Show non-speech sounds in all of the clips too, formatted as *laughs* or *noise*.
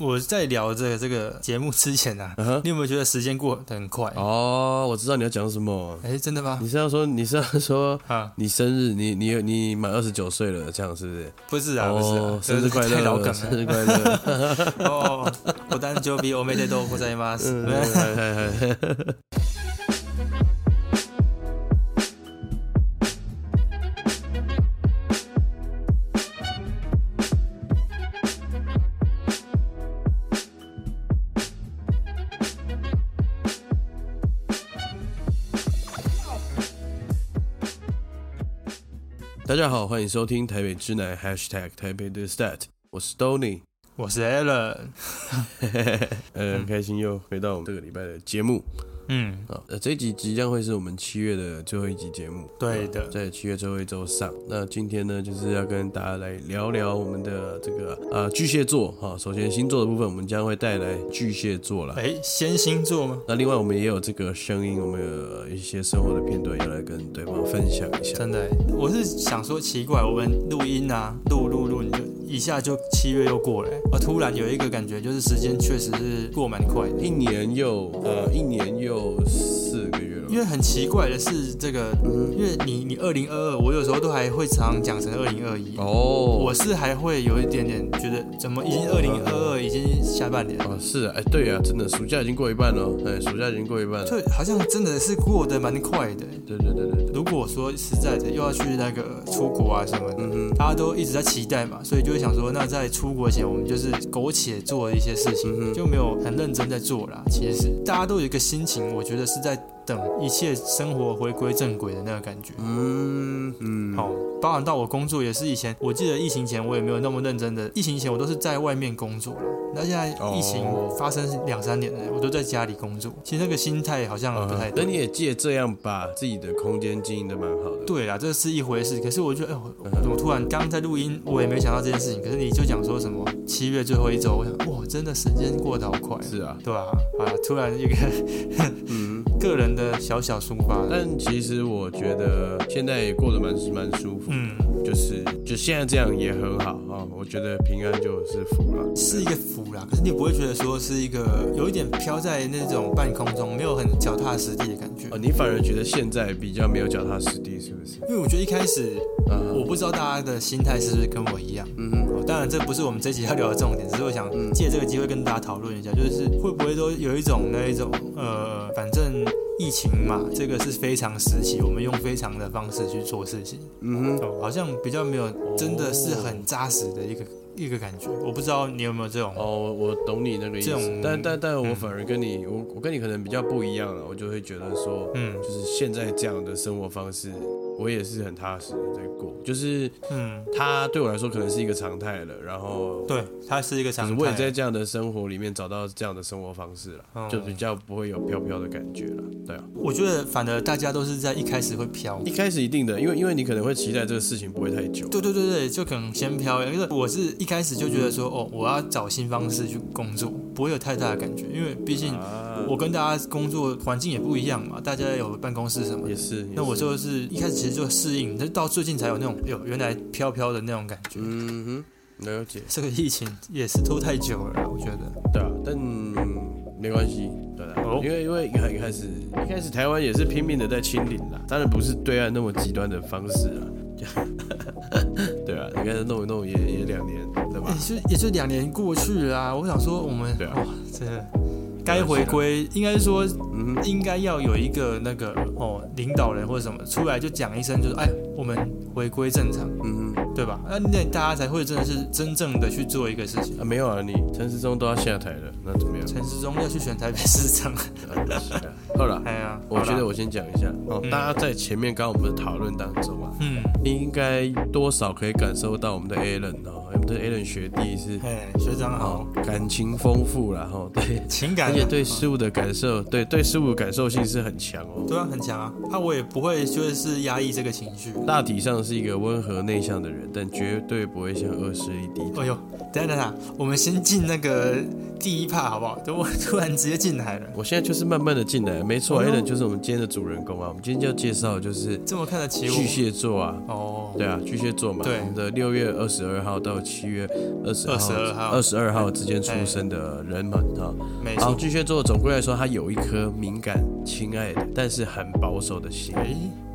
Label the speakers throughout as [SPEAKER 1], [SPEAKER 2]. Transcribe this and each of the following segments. [SPEAKER 1] 我在聊这个这个节目之前啊，
[SPEAKER 2] 嗯哼
[SPEAKER 1] 你有没有觉得时间过得很快？
[SPEAKER 2] 哦，嗯我知道你要讲什么。
[SPEAKER 1] 哎、真的吗
[SPEAKER 2] 你？是要说你是要说
[SPEAKER 1] 啊，
[SPEAKER 2] 你生日，你你你满二十九岁了，这样是不是？
[SPEAKER 1] 不是啊，不是啊
[SPEAKER 2] 哦，，生日
[SPEAKER 1] 这
[SPEAKER 2] 快
[SPEAKER 1] 太老
[SPEAKER 2] 乐，
[SPEAKER 1] 梗
[SPEAKER 2] *laughs* 生日
[SPEAKER 1] 了。
[SPEAKER 2] 快乐！
[SPEAKER 1] 哦，我单就比欧美的都ございます。
[SPEAKER 2] 嗯大家好，欢迎收听台北之南 #hashtag 台北的 stat，我是 Tony，
[SPEAKER 1] *laughs* 我是 Alan。
[SPEAKER 2] 呃，很开心又回到我们这个礼拜的节目
[SPEAKER 1] 嗯，
[SPEAKER 2] 啊。呃，这一集即将会是我们七月的最后一集节目，
[SPEAKER 1] 对的
[SPEAKER 2] 呃在七月最后一周上。那今天呢，就是要跟大家来聊聊我们的这个啊巨蟹座哈。首先星座的部分，我们将会带来巨蟹座啦。
[SPEAKER 1] 哎、先星座吗？
[SPEAKER 2] 那另外我们也有这个声音，我们有一些生活的片段要来跟对方分享一下。
[SPEAKER 1] 真的、欸我是想说奇怪，我们录音啊，录录录，你就一下就七月又过了、欸，而突然有一个感觉，就是时间确实是过蛮快的。
[SPEAKER 2] 一年又呃，一年又四个月了
[SPEAKER 1] 因
[SPEAKER 2] 吧。
[SPEAKER 1] 为很奇怪的是，这个，
[SPEAKER 2] 嗯
[SPEAKER 1] 因为你你二零二二，我有时候都还会常讲成二零二一，
[SPEAKER 2] 哦，
[SPEAKER 1] 我是还会有一点点觉得，怎么已经二零二二，已经下半年了，
[SPEAKER 2] 哦是啊，哎对啊，真的，暑假已经过一半了，哎，暑假已经过一半了。
[SPEAKER 1] 就好像真的是过得蛮快的欸。
[SPEAKER 2] 对对对对对，
[SPEAKER 1] 如果说实在的又要去那个出国啊什么的，
[SPEAKER 2] 嗯
[SPEAKER 1] 大家都一直在期待嘛，所以就会想说，那在出国前，我们就是苟且做一些事情，
[SPEAKER 2] 嗯哼
[SPEAKER 1] 就没有很认真在做啦。其实是大家都有一个心情，我觉得是在等一切生活回归正轨的那个感觉。
[SPEAKER 2] 嗯嗯，
[SPEAKER 1] 好，包含到我工作也是以前，我记得疫情前我也没有那么认真的，疫情前我都是在外面工作了。那现在疫情
[SPEAKER 2] 哦
[SPEAKER 1] 发生两三年了，我都在家里工作，其实那个心态好像不太
[SPEAKER 2] 那
[SPEAKER 1] 对。
[SPEAKER 2] 你也借这样把自己的空间经营的蛮好的。
[SPEAKER 1] 对啦，这是一回事。可是我觉得，哎、
[SPEAKER 2] 嗯
[SPEAKER 1] 我我怎么突然刚在录音，我也没想到这件事情。可是你就讲说什么七月最后一周，我想，哇，真的时间过得好快。
[SPEAKER 2] 是啊，
[SPEAKER 1] 对啊，啊，突然一个 *laughs*
[SPEAKER 2] 嗯，
[SPEAKER 1] 个人的小小抒发。
[SPEAKER 2] 但其实我觉得现在也过得蛮蛮舒服，
[SPEAKER 1] 嗯，
[SPEAKER 2] 就是就现在这样也很好啊、我觉得平安就是福了。
[SPEAKER 1] 是一个浮啦，可是你不会觉得说是一个有一点飘在那种半空中，没有很脚踏实地的感觉
[SPEAKER 2] 哦，。你反而觉得现在比较没有脚踏实地，是不是？
[SPEAKER 1] 因为我觉得一开始
[SPEAKER 2] 啊，
[SPEAKER 1] 我不知道大家的心态是不是跟我一样。
[SPEAKER 2] 嗯哼，
[SPEAKER 1] 哦当然，这不是我们这集要聊的重点，只是我想
[SPEAKER 2] 嗯
[SPEAKER 1] 借这个机会跟大家讨论一下，就是会不会都有一种那一种呃，反正疫情嘛，这个是非常时期，我们用非常的方式去做事情，
[SPEAKER 2] 嗯哼，
[SPEAKER 1] 哦，好像比较没有
[SPEAKER 2] 哦
[SPEAKER 1] 真的是很扎实的一个一个感觉。我不知道你有没有这种，
[SPEAKER 2] 哦，我懂你那个意
[SPEAKER 1] 这
[SPEAKER 2] 思
[SPEAKER 1] 种，
[SPEAKER 2] 但但但我
[SPEAKER 1] 嗯
[SPEAKER 2] 反而跟你，我我跟你可能比较不一样了，我就会觉得说，
[SPEAKER 1] 嗯
[SPEAKER 2] 就是现在这样的生活方式，我也是很踏实的在过，就是
[SPEAKER 1] 嗯，
[SPEAKER 2] 它对我来说可能是一个常态了，然后。
[SPEAKER 1] 对，它是一个
[SPEAKER 2] 就是
[SPEAKER 1] 常
[SPEAKER 2] 我也
[SPEAKER 1] 态
[SPEAKER 2] 在。这样的生活里面找到这样的生活方式了，
[SPEAKER 1] 哦
[SPEAKER 2] 就比较不会有飘飘的感觉了。对啊，
[SPEAKER 1] 我觉得反而大家都是在一开始会飘，
[SPEAKER 2] 一开始一定的，因为因为你可能会期待这个事情不会太久。
[SPEAKER 1] 对对对对，就可能先飘。因为我是一开始就觉得
[SPEAKER 2] 嗯
[SPEAKER 1] 说，哦，我要找新方式去工作，不会有太大的感觉，因为毕竟
[SPEAKER 2] 啊
[SPEAKER 1] 我跟大家工作环境也不一样嘛，大家有办公室什么
[SPEAKER 2] 也
[SPEAKER 1] 的。
[SPEAKER 2] 是，也
[SPEAKER 1] 那我
[SPEAKER 2] 是
[SPEAKER 1] 就是一开始其实就适应，但是到最近才有那种，哎呦，原来飘飘的那种感觉。
[SPEAKER 2] 嗯哼，了解，
[SPEAKER 1] 这个疫情也是拖太久了啦，我觉得。
[SPEAKER 2] 对啊，但没关系，对啊，
[SPEAKER 1] 哦
[SPEAKER 2] 因为因为一开一开始一开始台湾也是拼命的在清零啦，当然不是对岸那么极端的方式啊， *laughs* 对啊，你看弄一弄也也两年，对吧
[SPEAKER 1] 哎，？就也就两年过去啦、我想说我们
[SPEAKER 2] 对啊
[SPEAKER 1] 哇，真的该回归，应该说
[SPEAKER 2] 嗯哼，
[SPEAKER 1] 应该要有一个那个哦，领导人或者什么出来就讲一声，就是哎，我们回归正常，
[SPEAKER 2] 嗯哼，
[SPEAKER 1] 对吧？那那大家才会真的是真正的去做一个事情。
[SPEAKER 2] 啊没有啊，你陈世忠都要下台了，那怎么样？
[SPEAKER 1] 陈时中要去选台北市长， *laughs*
[SPEAKER 2] 啊是啊好了，
[SPEAKER 1] 哎呀，
[SPEAKER 2] 我觉得
[SPEAKER 1] 我
[SPEAKER 2] 我先讲一下哦
[SPEAKER 1] 嗯，
[SPEAKER 2] 大家在前面刚刚我们的讨论当中啊，
[SPEAKER 1] 嗯，
[SPEAKER 2] 应该多少可以感受到我们的 Alan 哦，我们的 Alan 学弟是
[SPEAKER 1] 哎，学长好
[SPEAKER 2] 哦，感情丰富啦，哈，对，
[SPEAKER 1] 情
[SPEAKER 2] 而
[SPEAKER 1] 感
[SPEAKER 2] 且对
[SPEAKER 1] 啊
[SPEAKER 2] 事物的感受，对对事物的感受性是很强哦。
[SPEAKER 1] 对啊很强啊，那我也不会就是压抑这个情绪。
[SPEAKER 2] 大体上是一个温和内向的人，但绝对不会像恶势力低头。
[SPEAKER 1] 哎呦，等一下等一下，我们先进那个第一趴好不好？等我 *laughs* 突然直接进来了，
[SPEAKER 2] 我现在就是慢慢的进来，没错
[SPEAKER 1] 哎呦
[SPEAKER 2] ，Allen 就是我们今天的主人公啊。我们今天要介绍的就是
[SPEAKER 1] 这么看得起我？
[SPEAKER 2] 巨蟹座啊，
[SPEAKER 1] 哦，
[SPEAKER 2] 对啊，巨蟹座嘛，
[SPEAKER 1] 对
[SPEAKER 2] 我们的六月二十二号到七月二十
[SPEAKER 1] 22号
[SPEAKER 2] 二十二号之间出生的人们啊。
[SPEAKER 1] 没
[SPEAKER 2] 好，
[SPEAKER 1] 错。
[SPEAKER 2] 巨蟹座总归来说，他有一颗敏感、亲爱的，但是很保守的心。
[SPEAKER 1] 哎，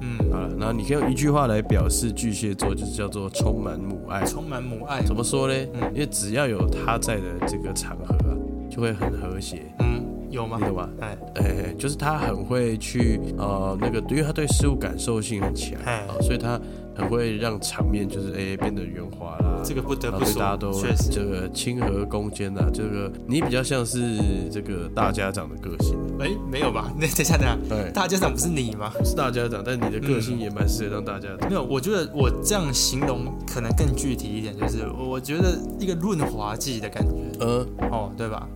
[SPEAKER 1] 嗯，
[SPEAKER 2] 好了，然后你可以用一句话来表示巨蟹座，就是叫做充满母爱。
[SPEAKER 1] 充满母爱。
[SPEAKER 2] 怎么说呢？
[SPEAKER 1] 嗯
[SPEAKER 2] 因为只要有他在的这个场合啊，就会很和谐，
[SPEAKER 1] 嗯，有吗
[SPEAKER 2] 你？懂吗？
[SPEAKER 1] 哎
[SPEAKER 2] 哎、就是他很会去呃那个，因为他对事物感受性很强，
[SPEAKER 1] 哎，
[SPEAKER 2] 哦所以他很会让场面就是哎、变得圆滑啦。
[SPEAKER 1] 这个不得
[SPEAKER 2] 然
[SPEAKER 1] 不
[SPEAKER 2] 后对
[SPEAKER 1] 说
[SPEAKER 2] 大家都，
[SPEAKER 1] 确实。
[SPEAKER 2] 这个亲和攻坚呐、啊，这个你比较像是这个大家长的个性，
[SPEAKER 1] 哎，没有吧？那 *laughs* 等一下，等一
[SPEAKER 2] 对
[SPEAKER 1] 下，，大家长不是你吗？
[SPEAKER 2] 是大家长，但你的个性也蛮适合当大家长。
[SPEAKER 1] 没有，我觉得我这样形容可能更具体一点，就是我我觉得一个润滑剂的感觉，
[SPEAKER 2] 呃，
[SPEAKER 1] 哦，对吧？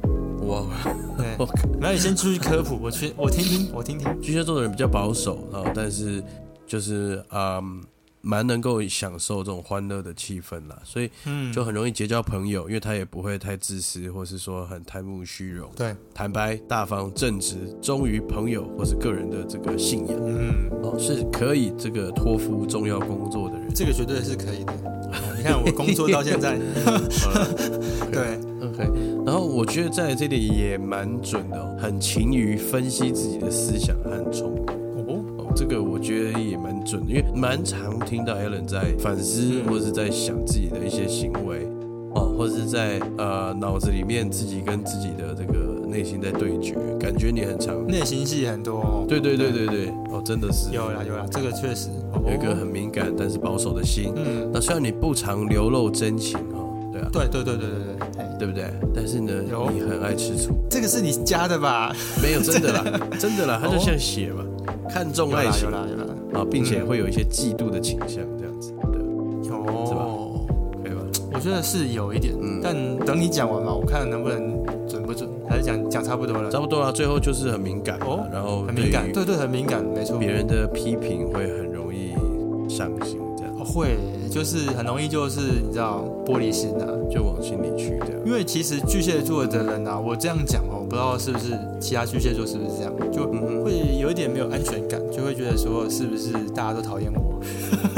[SPEAKER 2] 我，
[SPEAKER 1] 对
[SPEAKER 2] *laughs* 我
[SPEAKER 1] 然后你先出去科普，我去，我听听，我听听。
[SPEAKER 2] 巨蟹座的人比较保守，然后但是就是嗯，蛮能够享受这种欢乐的气氛啦，所以
[SPEAKER 1] 嗯，
[SPEAKER 2] 就很容易结交朋友，因为他也不会太自私，或是说很贪慕虚荣，
[SPEAKER 1] 对，
[SPEAKER 2] 坦白、大方、正直，忠于朋友或是个人的这个信仰，
[SPEAKER 1] 嗯，
[SPEAKER 2] 哦，是可以这个托付重要工作的人。
[SPEAKER 1] 这个绝对是可以
[SPEAKER 2] *laughs*
[SPEAKER 1] 的。你看我工作到现在，对，
[SPEAKER 2] OK，然后我觉得在这里也蛮准的、哦，很勤于分析自己的思想和冲动。
[SPEAKER 1] 哦，
[SPEAKER 2] 哦，这个我觉得也蛮准的，因为蛮常听到 Alan 在反思
[SPEAKER 1] 嗯
[SPEAKER 2] 或是在想自己的一些行为，哦，或者是在呃脑子里面自己跟自己的这个内心在对决，感觉你很常，
[SPEAKER 1] 内心戏很多哦。
[SPEAKER 2] 对对对对对，哦，真的是
[SPEAKER 1] 有啦有啦，这个确实哦
[SPEAKER 2] 有一个很敏感但是保守的心。
[SPEAKER 1] 嗯，
[SPEAKER 2] 那虽然你不常流露真情哦，对啊，
[SPEAKER 1] 对对对对对对，哎
[SPEAKER 2] 对不对？但是呢，
[SPEAKER 1] 有
[SPEAKER 2] 你很爱吃醋，
[SPEAKER 1] 这个是你加的吧？
[SPEAKER 2] 没有真的
[SPEAKER 1] *laughs*
[SPEAKER 2] 啦，真的啦，它就像血嘛，看重
[SPEAKER 1] 有
[SPEAKER 2] 爱
[SPEAKER 1] 啦
[SPEAKER 2] 情
[SPEAKER 1] 有啦有啦，
[SPEAKER 2] 啊，并且
[SPEAKER 1] 嗯
[SPEAKER 2] 会有一些嫉妒的倾向，这样子，对啊，是
[SPEAKER 1] 有。
[SPEAKER 2] 可以吧？
[SPEAKER 1] 我觉得是有一点，
[SPEAKER 2] 嗯
[SPEAKER 1] 但等你讲完嘛，我看能不能准不准，还是讲讲差不多了。
[SPEAKER 2] 差不多啦，最后就是很敏感嘛，
[SPEAKER 1] 哦
[SPEAKER 2] 然后
[SPEAKER 1] 很
[SPEAKER 2] 对
[SPEAKER 1] 敏感，
[SPEAKER 2] 于
[SPEAKER 1] 对对，很敏感，没错。
[SPEAKER 2] 别人的批评会很容易上心，这样
[SPEAKER 1] 哦会就是很容易就是你知道玻璃心啊，
[SPEAKER 2] 就往心里去这样。
[SPEAKER 1] 因为其实巨蟹座的人啊，我这样讲哦，我不知道是不是其他巨蟹座是不是这样，就
[SPEAKER 2] 嗯哼，
[SPEAKER 1] 会有一点没有安全感，就会觉得说是不是大家都讨厌我，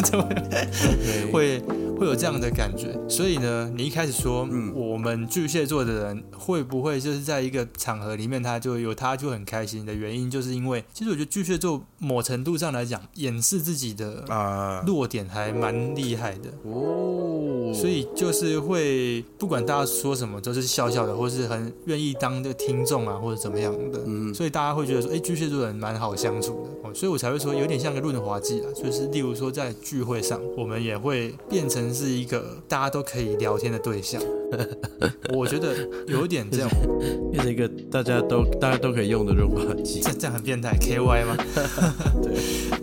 [SPEAKER 1] 就会
[SPEAKER 2] 对，
[SPEAKER 1] 会会有这样的感觉。所以呢，你一开始说，
[SPEAKER 2] 嗯
[SPEAKER 1] 我们巨蟹座的人会不会就是在一个场合里面，他就有他就很开心的原因，就是因为其实我觉得巨蟹座某程度上来讲，掩饰自己的
[SPEAKER 2] 啊，
[SPEAKER 1] 弱点还蛮厉害的。
[SPEAKER 2] 哦，
[SPEAKER 1] 所以就是会不管大家说什么，就是笑笑的，或是很愿意当这个听众啊，或者怎么样的。
[SPEAKER 2] 嗯，
[SPEAKER 1] 所以大家会觉得说，哎、巨蟹座人蛮好相处的，哦，所以我才会说有点像个润滑剂啊，就是例如说在聚会上，我们也会变成是一个大家都可以聊天的对象。我觉得有点这样，
[SPEAKER 2] 变成一个大家都大家都可以用的润滑剂。
[SPEAKER 1] 这这样很变态，K Y 吗？ *laughs* 对，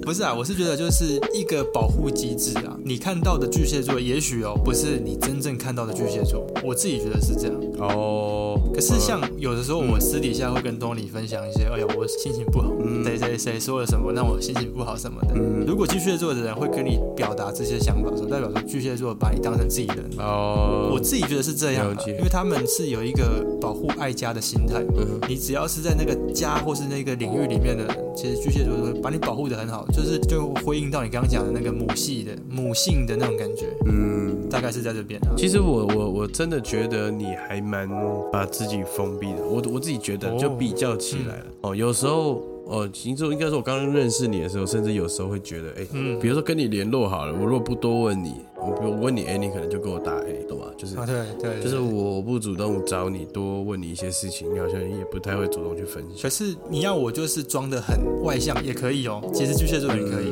[SPEAKER 1] 不是啊，我是觉得就是一个保护机制啊。你看到的巨蟹座，也许哦，不是你真正看到的巨蟹座，我自己觉得是这样。
[SPEAKER 2] 哦，
[SPEAKER 1] 可是像有的时候，我私底下会跟东里分享一些，哎呀，我心情不好，
[SPEAKER 2] 嗯
[SPEAKER 1] 谁谁谁说了什么让我心情不好什么的。
[SPEAKER 2] 嗯
[SPEAKER 1] 如果巨蟹座的人会跟你表达这些想法的时候，代表说巨蟹座把你当成自己人。
[SPEAKER 2] 哦，
[SPEAKER 1] 我自己觉得是这样啊
[SPEAKER 2] 了，解
[SPEAKER 1] 因为他们是有一个保护爱家的心态。
[SPEAKER 2] 嗯
[SPEAKER 1] 你只要是在那个家或是那个领域里面的人，其实巨蟹座都会把你保护的很好，就是就回应到你刚刚讲的那个母系的母性的那种感觉，
[SPEAKER 2] 嗯。
[SPEAKER 1] 大概是在这边啊。
[SPEAKER 2] 其实我我我真的觉得你还蛮把自己封闭的，我我自己觉得
[SPEAKER 1] 哦嗯
[SPEAKER 2] 就比较起来了哦有时候哦，其实应该说我刚刚认识你的时候，甚至有时候会觉得，哎、
[SPEAKER 1] 嗯
[SPEAKER 2] 比如说跟你联络好了，我如果不多问你，我我问你 A，你可能就给我打 A，懂吗？就是
[SPEAKER 1] 啊，对对，对
[SPEAKER 2] 就是我不主动找你多问你一些事情，你好像也不太会主动去分享。
[SPEAKER 1] 可是你要我就是装的很外向也可以哦，其实巨蟹座也可以，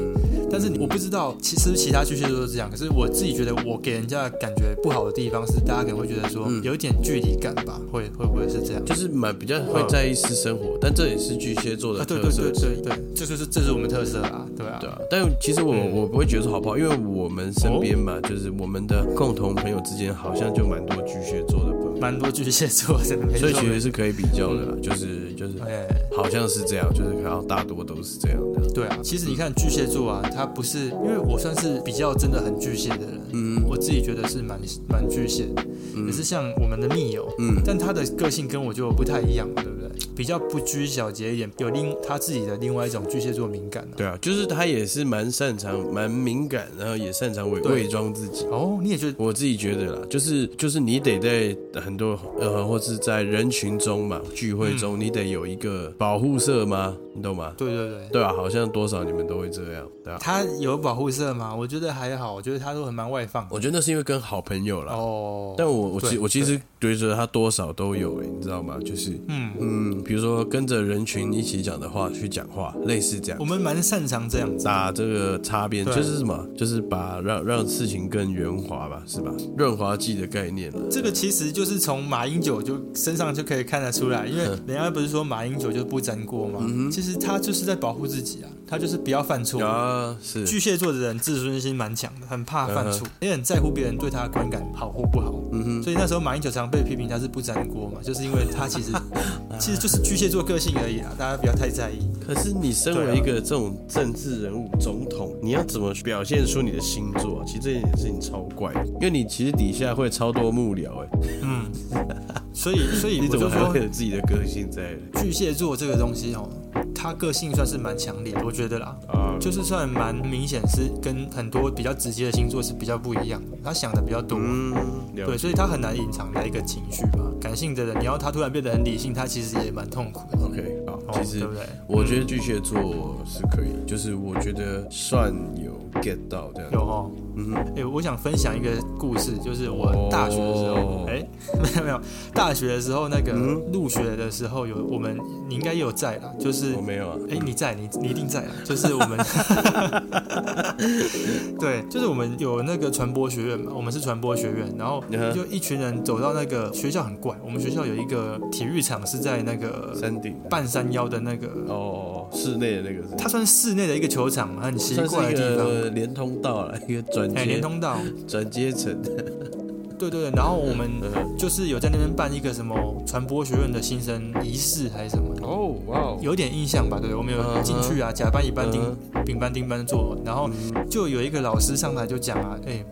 [SPEAKER 1] 但是我不知道其实其他巨蟹座都是这样，可是我自己觉得我给人家的感觉不好的地方是，大家可能会觉得说
[SPEAKER 2] 嗯
[SPEAKER 1] 有一点距离感吧，会会不会是这样？
[SPEAKER 2] 就是蛮比较会在意私生活，但这也是巨蟹座
[SPEAKER 1] 嗯啊，
[SPEAKER 2] 的
[SPEAKER 1] 对
[SPEAKER 2] 特
[SPEAKER 1] 对
[SPEAKER 2] 色
[SPEAKER 1] 对对对，这就是这是我们特色啊，对啊，
[SPEAKER 2] 对啊，但其实我
[SPEAKER 1] 嗯
[SPEAKER 2] 我不会觉得说好不好，
[SPEAKER 1] 哦
[SPEAKER 2] 因为我们身边嘛，就是我们的共同朋友之间好像就蛮多巨蟹座的朋
[SPEAKER 1] 蛮多巨蟹座的，没
[SPEAKER 2] 所以
[SPEAKER 1] 错嗯
[SPEAKER 2] 其实是可以比较的啦，就是就是
[SPEAKER 1] 哎，
[SPEAKER 2] 好像是这样，就是好像大多都是这样的。
[SPEAKER 1] 对啊，其实你看巨蟹座啊，他不是因为我算是比较真的很巨蟹的人，
[SPEAKER 2] 嗯
[SPEAKER 1] 我自己觉得是蛮蛮巨蟹的，
[SPEAKER 2] 嗯
[SPEAKER 1] 也是像我们的密友，
[SPEAKER 2] 嗯
[SPEAKER 1] 但他的个性跟我就不太一样嘛，对不对？比较不拘小节一点，有另他自己的另外一种巨蟹座敏感、啊。
[SPEAKER 2] 对啊，就是他也是蛮擅长、蛮敏感，然后也擅长伪
[SPEAKER 1] 对
[SPEAKER 2] 伪装自己。
[SPEAKER 1] 哦，你也觉得
[SPEAKER 2] 我自己觉得啦，就是就是你得在很多呃，或是在人群中嘛，聚会中，
[SPEAKER 1] 嗯
[SPEAKER 2] 你得有一个保护色吗？你懂吗？
[SPEAKER 1] 对对对，
[SPEAKER 2] 对啊，好像多少你们都会这样，对啊。
[SPEAKER 1] 他有保护色吗？我觉得还好，我觉得他都很蛮外放的。
[SPEAKER 2] 我觉得那是因为跟好朋友啦。
[SPEAKER 1] 哦，
[SPEAKER 2] 但我我其
[SPEAKER 1] 对
[SPEAKER 2] 我其实觉得他多少都有诶、你知道吗？就是
[SPEAKER 1] 嗯，
[SPEAKER 2] 嗯，比如说跟着人群一起讲的话去讲话，类似这样
[SPEAKER 1] 我。们蛮擅长这样子。
[SPEAKER 2] 打这个擦边
[SPEAKER 1] 对
[SPEAKER 2] 就是什么？就是把让让事情更圆滑吧，是吧？润滑剂的概念啊了。
[SPEAKER 1] 这个其实就是从马英九就身上就可以看得出来，因
[SPEAKER 2] 嗯
[SPEAKER 1] 为人家不是说马英九就不粘锅嘛，其实他就是在保护自己啊，他就是不要犯错。
[SPEAKER 2] 啊，是
[SPEAKER 1] 巨蟹座的人自尊心蛮强的，很怕犯
[SPEAKER 2] 嗯
[SPEAKER 1] 错，也很在乎别人对他的观感好或不好。所以那时候马英九常被批评他是不粘锅嘛，就是因为他
[SPEAKER 2] *laughs*
[SPEAKER 1] 其实其实就是巨蟹座个性而已啊啦，大家不要太在意。
[SPEAKER 2] 可是你身为一个
[SPEAKER 1] 啊
[SPEAKER 2] 这种政治人物、总统，你要怎么表现出你的星座啊、其实这件事情超怪的，因为你其实底下会超多幕僚、哎，
[SPEAKER 1] 嗯，所以所以
[SPEAKER 2] 你
[SPEAKER 1] 我
[SPEAKER 2] 怎么
[SPEAKER 1] 就
[SPEAKER 2] 还
[SPEAKER 1] 说
[SPEAKER 2] 会有自己的个性在呢？
[SPEAKER 1] 巨蟹座这个东西哦，他个性算是蛮强烈的，我觉得啦。
[SPEAKER 2] 啊，
[SPEAKER 1] 就是算蛮明显，是跟很多比较直接的星座是比较不一样的。他想的比较多，
[SPEAKER 2] 嗯，了
[SPEAKER 1] 对，
[SPEAKER 2] 解
[SPEAKER 1] 所以他很难隐藏的一个情绪吧。感性的人，你要他突然变得很理性，他其实也蛮痛苦的。
[SPEAKER 2] OK，好，
[SPEAKER 1] 哦
[SPEAKER 2] 其实
[SPEAKER 1] 对不对？
[SPEAKER 2] 我觉得巨蟹座是可以，就是我觉得算有 get 到这样。
[SPEAKER 1] 有哦，
[SPEAKER 2] 嗯哼，
[SPEAKER 1] 哎、我想分享一个故事，就是我大学的时候
[SPEAKER 2] 哦，
[SPEAKER 1] 哎、 *laughs* 没有没有，大学的时候那个
[SPEAKER 2] 嗯
[SPEAKER 1] 入学的时候有我们，你应该也有在啦，就是
[SPEAKER 2] 我没有啊。
[SPEAKER 1] 哎、你在，你你一定在啊！就是我们， *laughs* 对，就是我们有那个传播学院嘛，我们是传播学院，然后
[SPEAKER 2] 嗯哼
[SPEAKER 1] 就一群人走到那个学校很怪，我们学校有一个体育场是在那个
[SPEAKER 2] 山顶
[SPEAKER 1] 半山腰的那个，
[SPEAKER 2] 哦，室内的那个是
[SPEAKER 1] 它算是室内的一个球场嘛，很奇
[SPEAKER 2] 算
[SPEAKER 1] 怪的
[SPEAKER 2] 是一
[SPEAKER 1] 地方。
[SPEAKER 2] 个连通道了，一个转
[SPEAKER 1] 哎，连
[SPEAKER 2] 接
[SPEAKER 1] 通道，
[SPEAKER 2] 转接层。
[SPEAKER 1] 对对对，然后我们
[SPEAKER 2] 嗯
[SPEAKER 1] 就是有在那边办一个什么传播学院的新生仪式还是什么，
[SPEAKER 2] *laughs* 哦，哇哦，
[SPEAKER 1] 有点印象吧？对，我们有进去啊，甲班、乙班、丁
[SPEAKER 2] 嗯、
[SPEAKER 1] 丙班、丁班做，然后就有一个老师上台就讲啊，哎、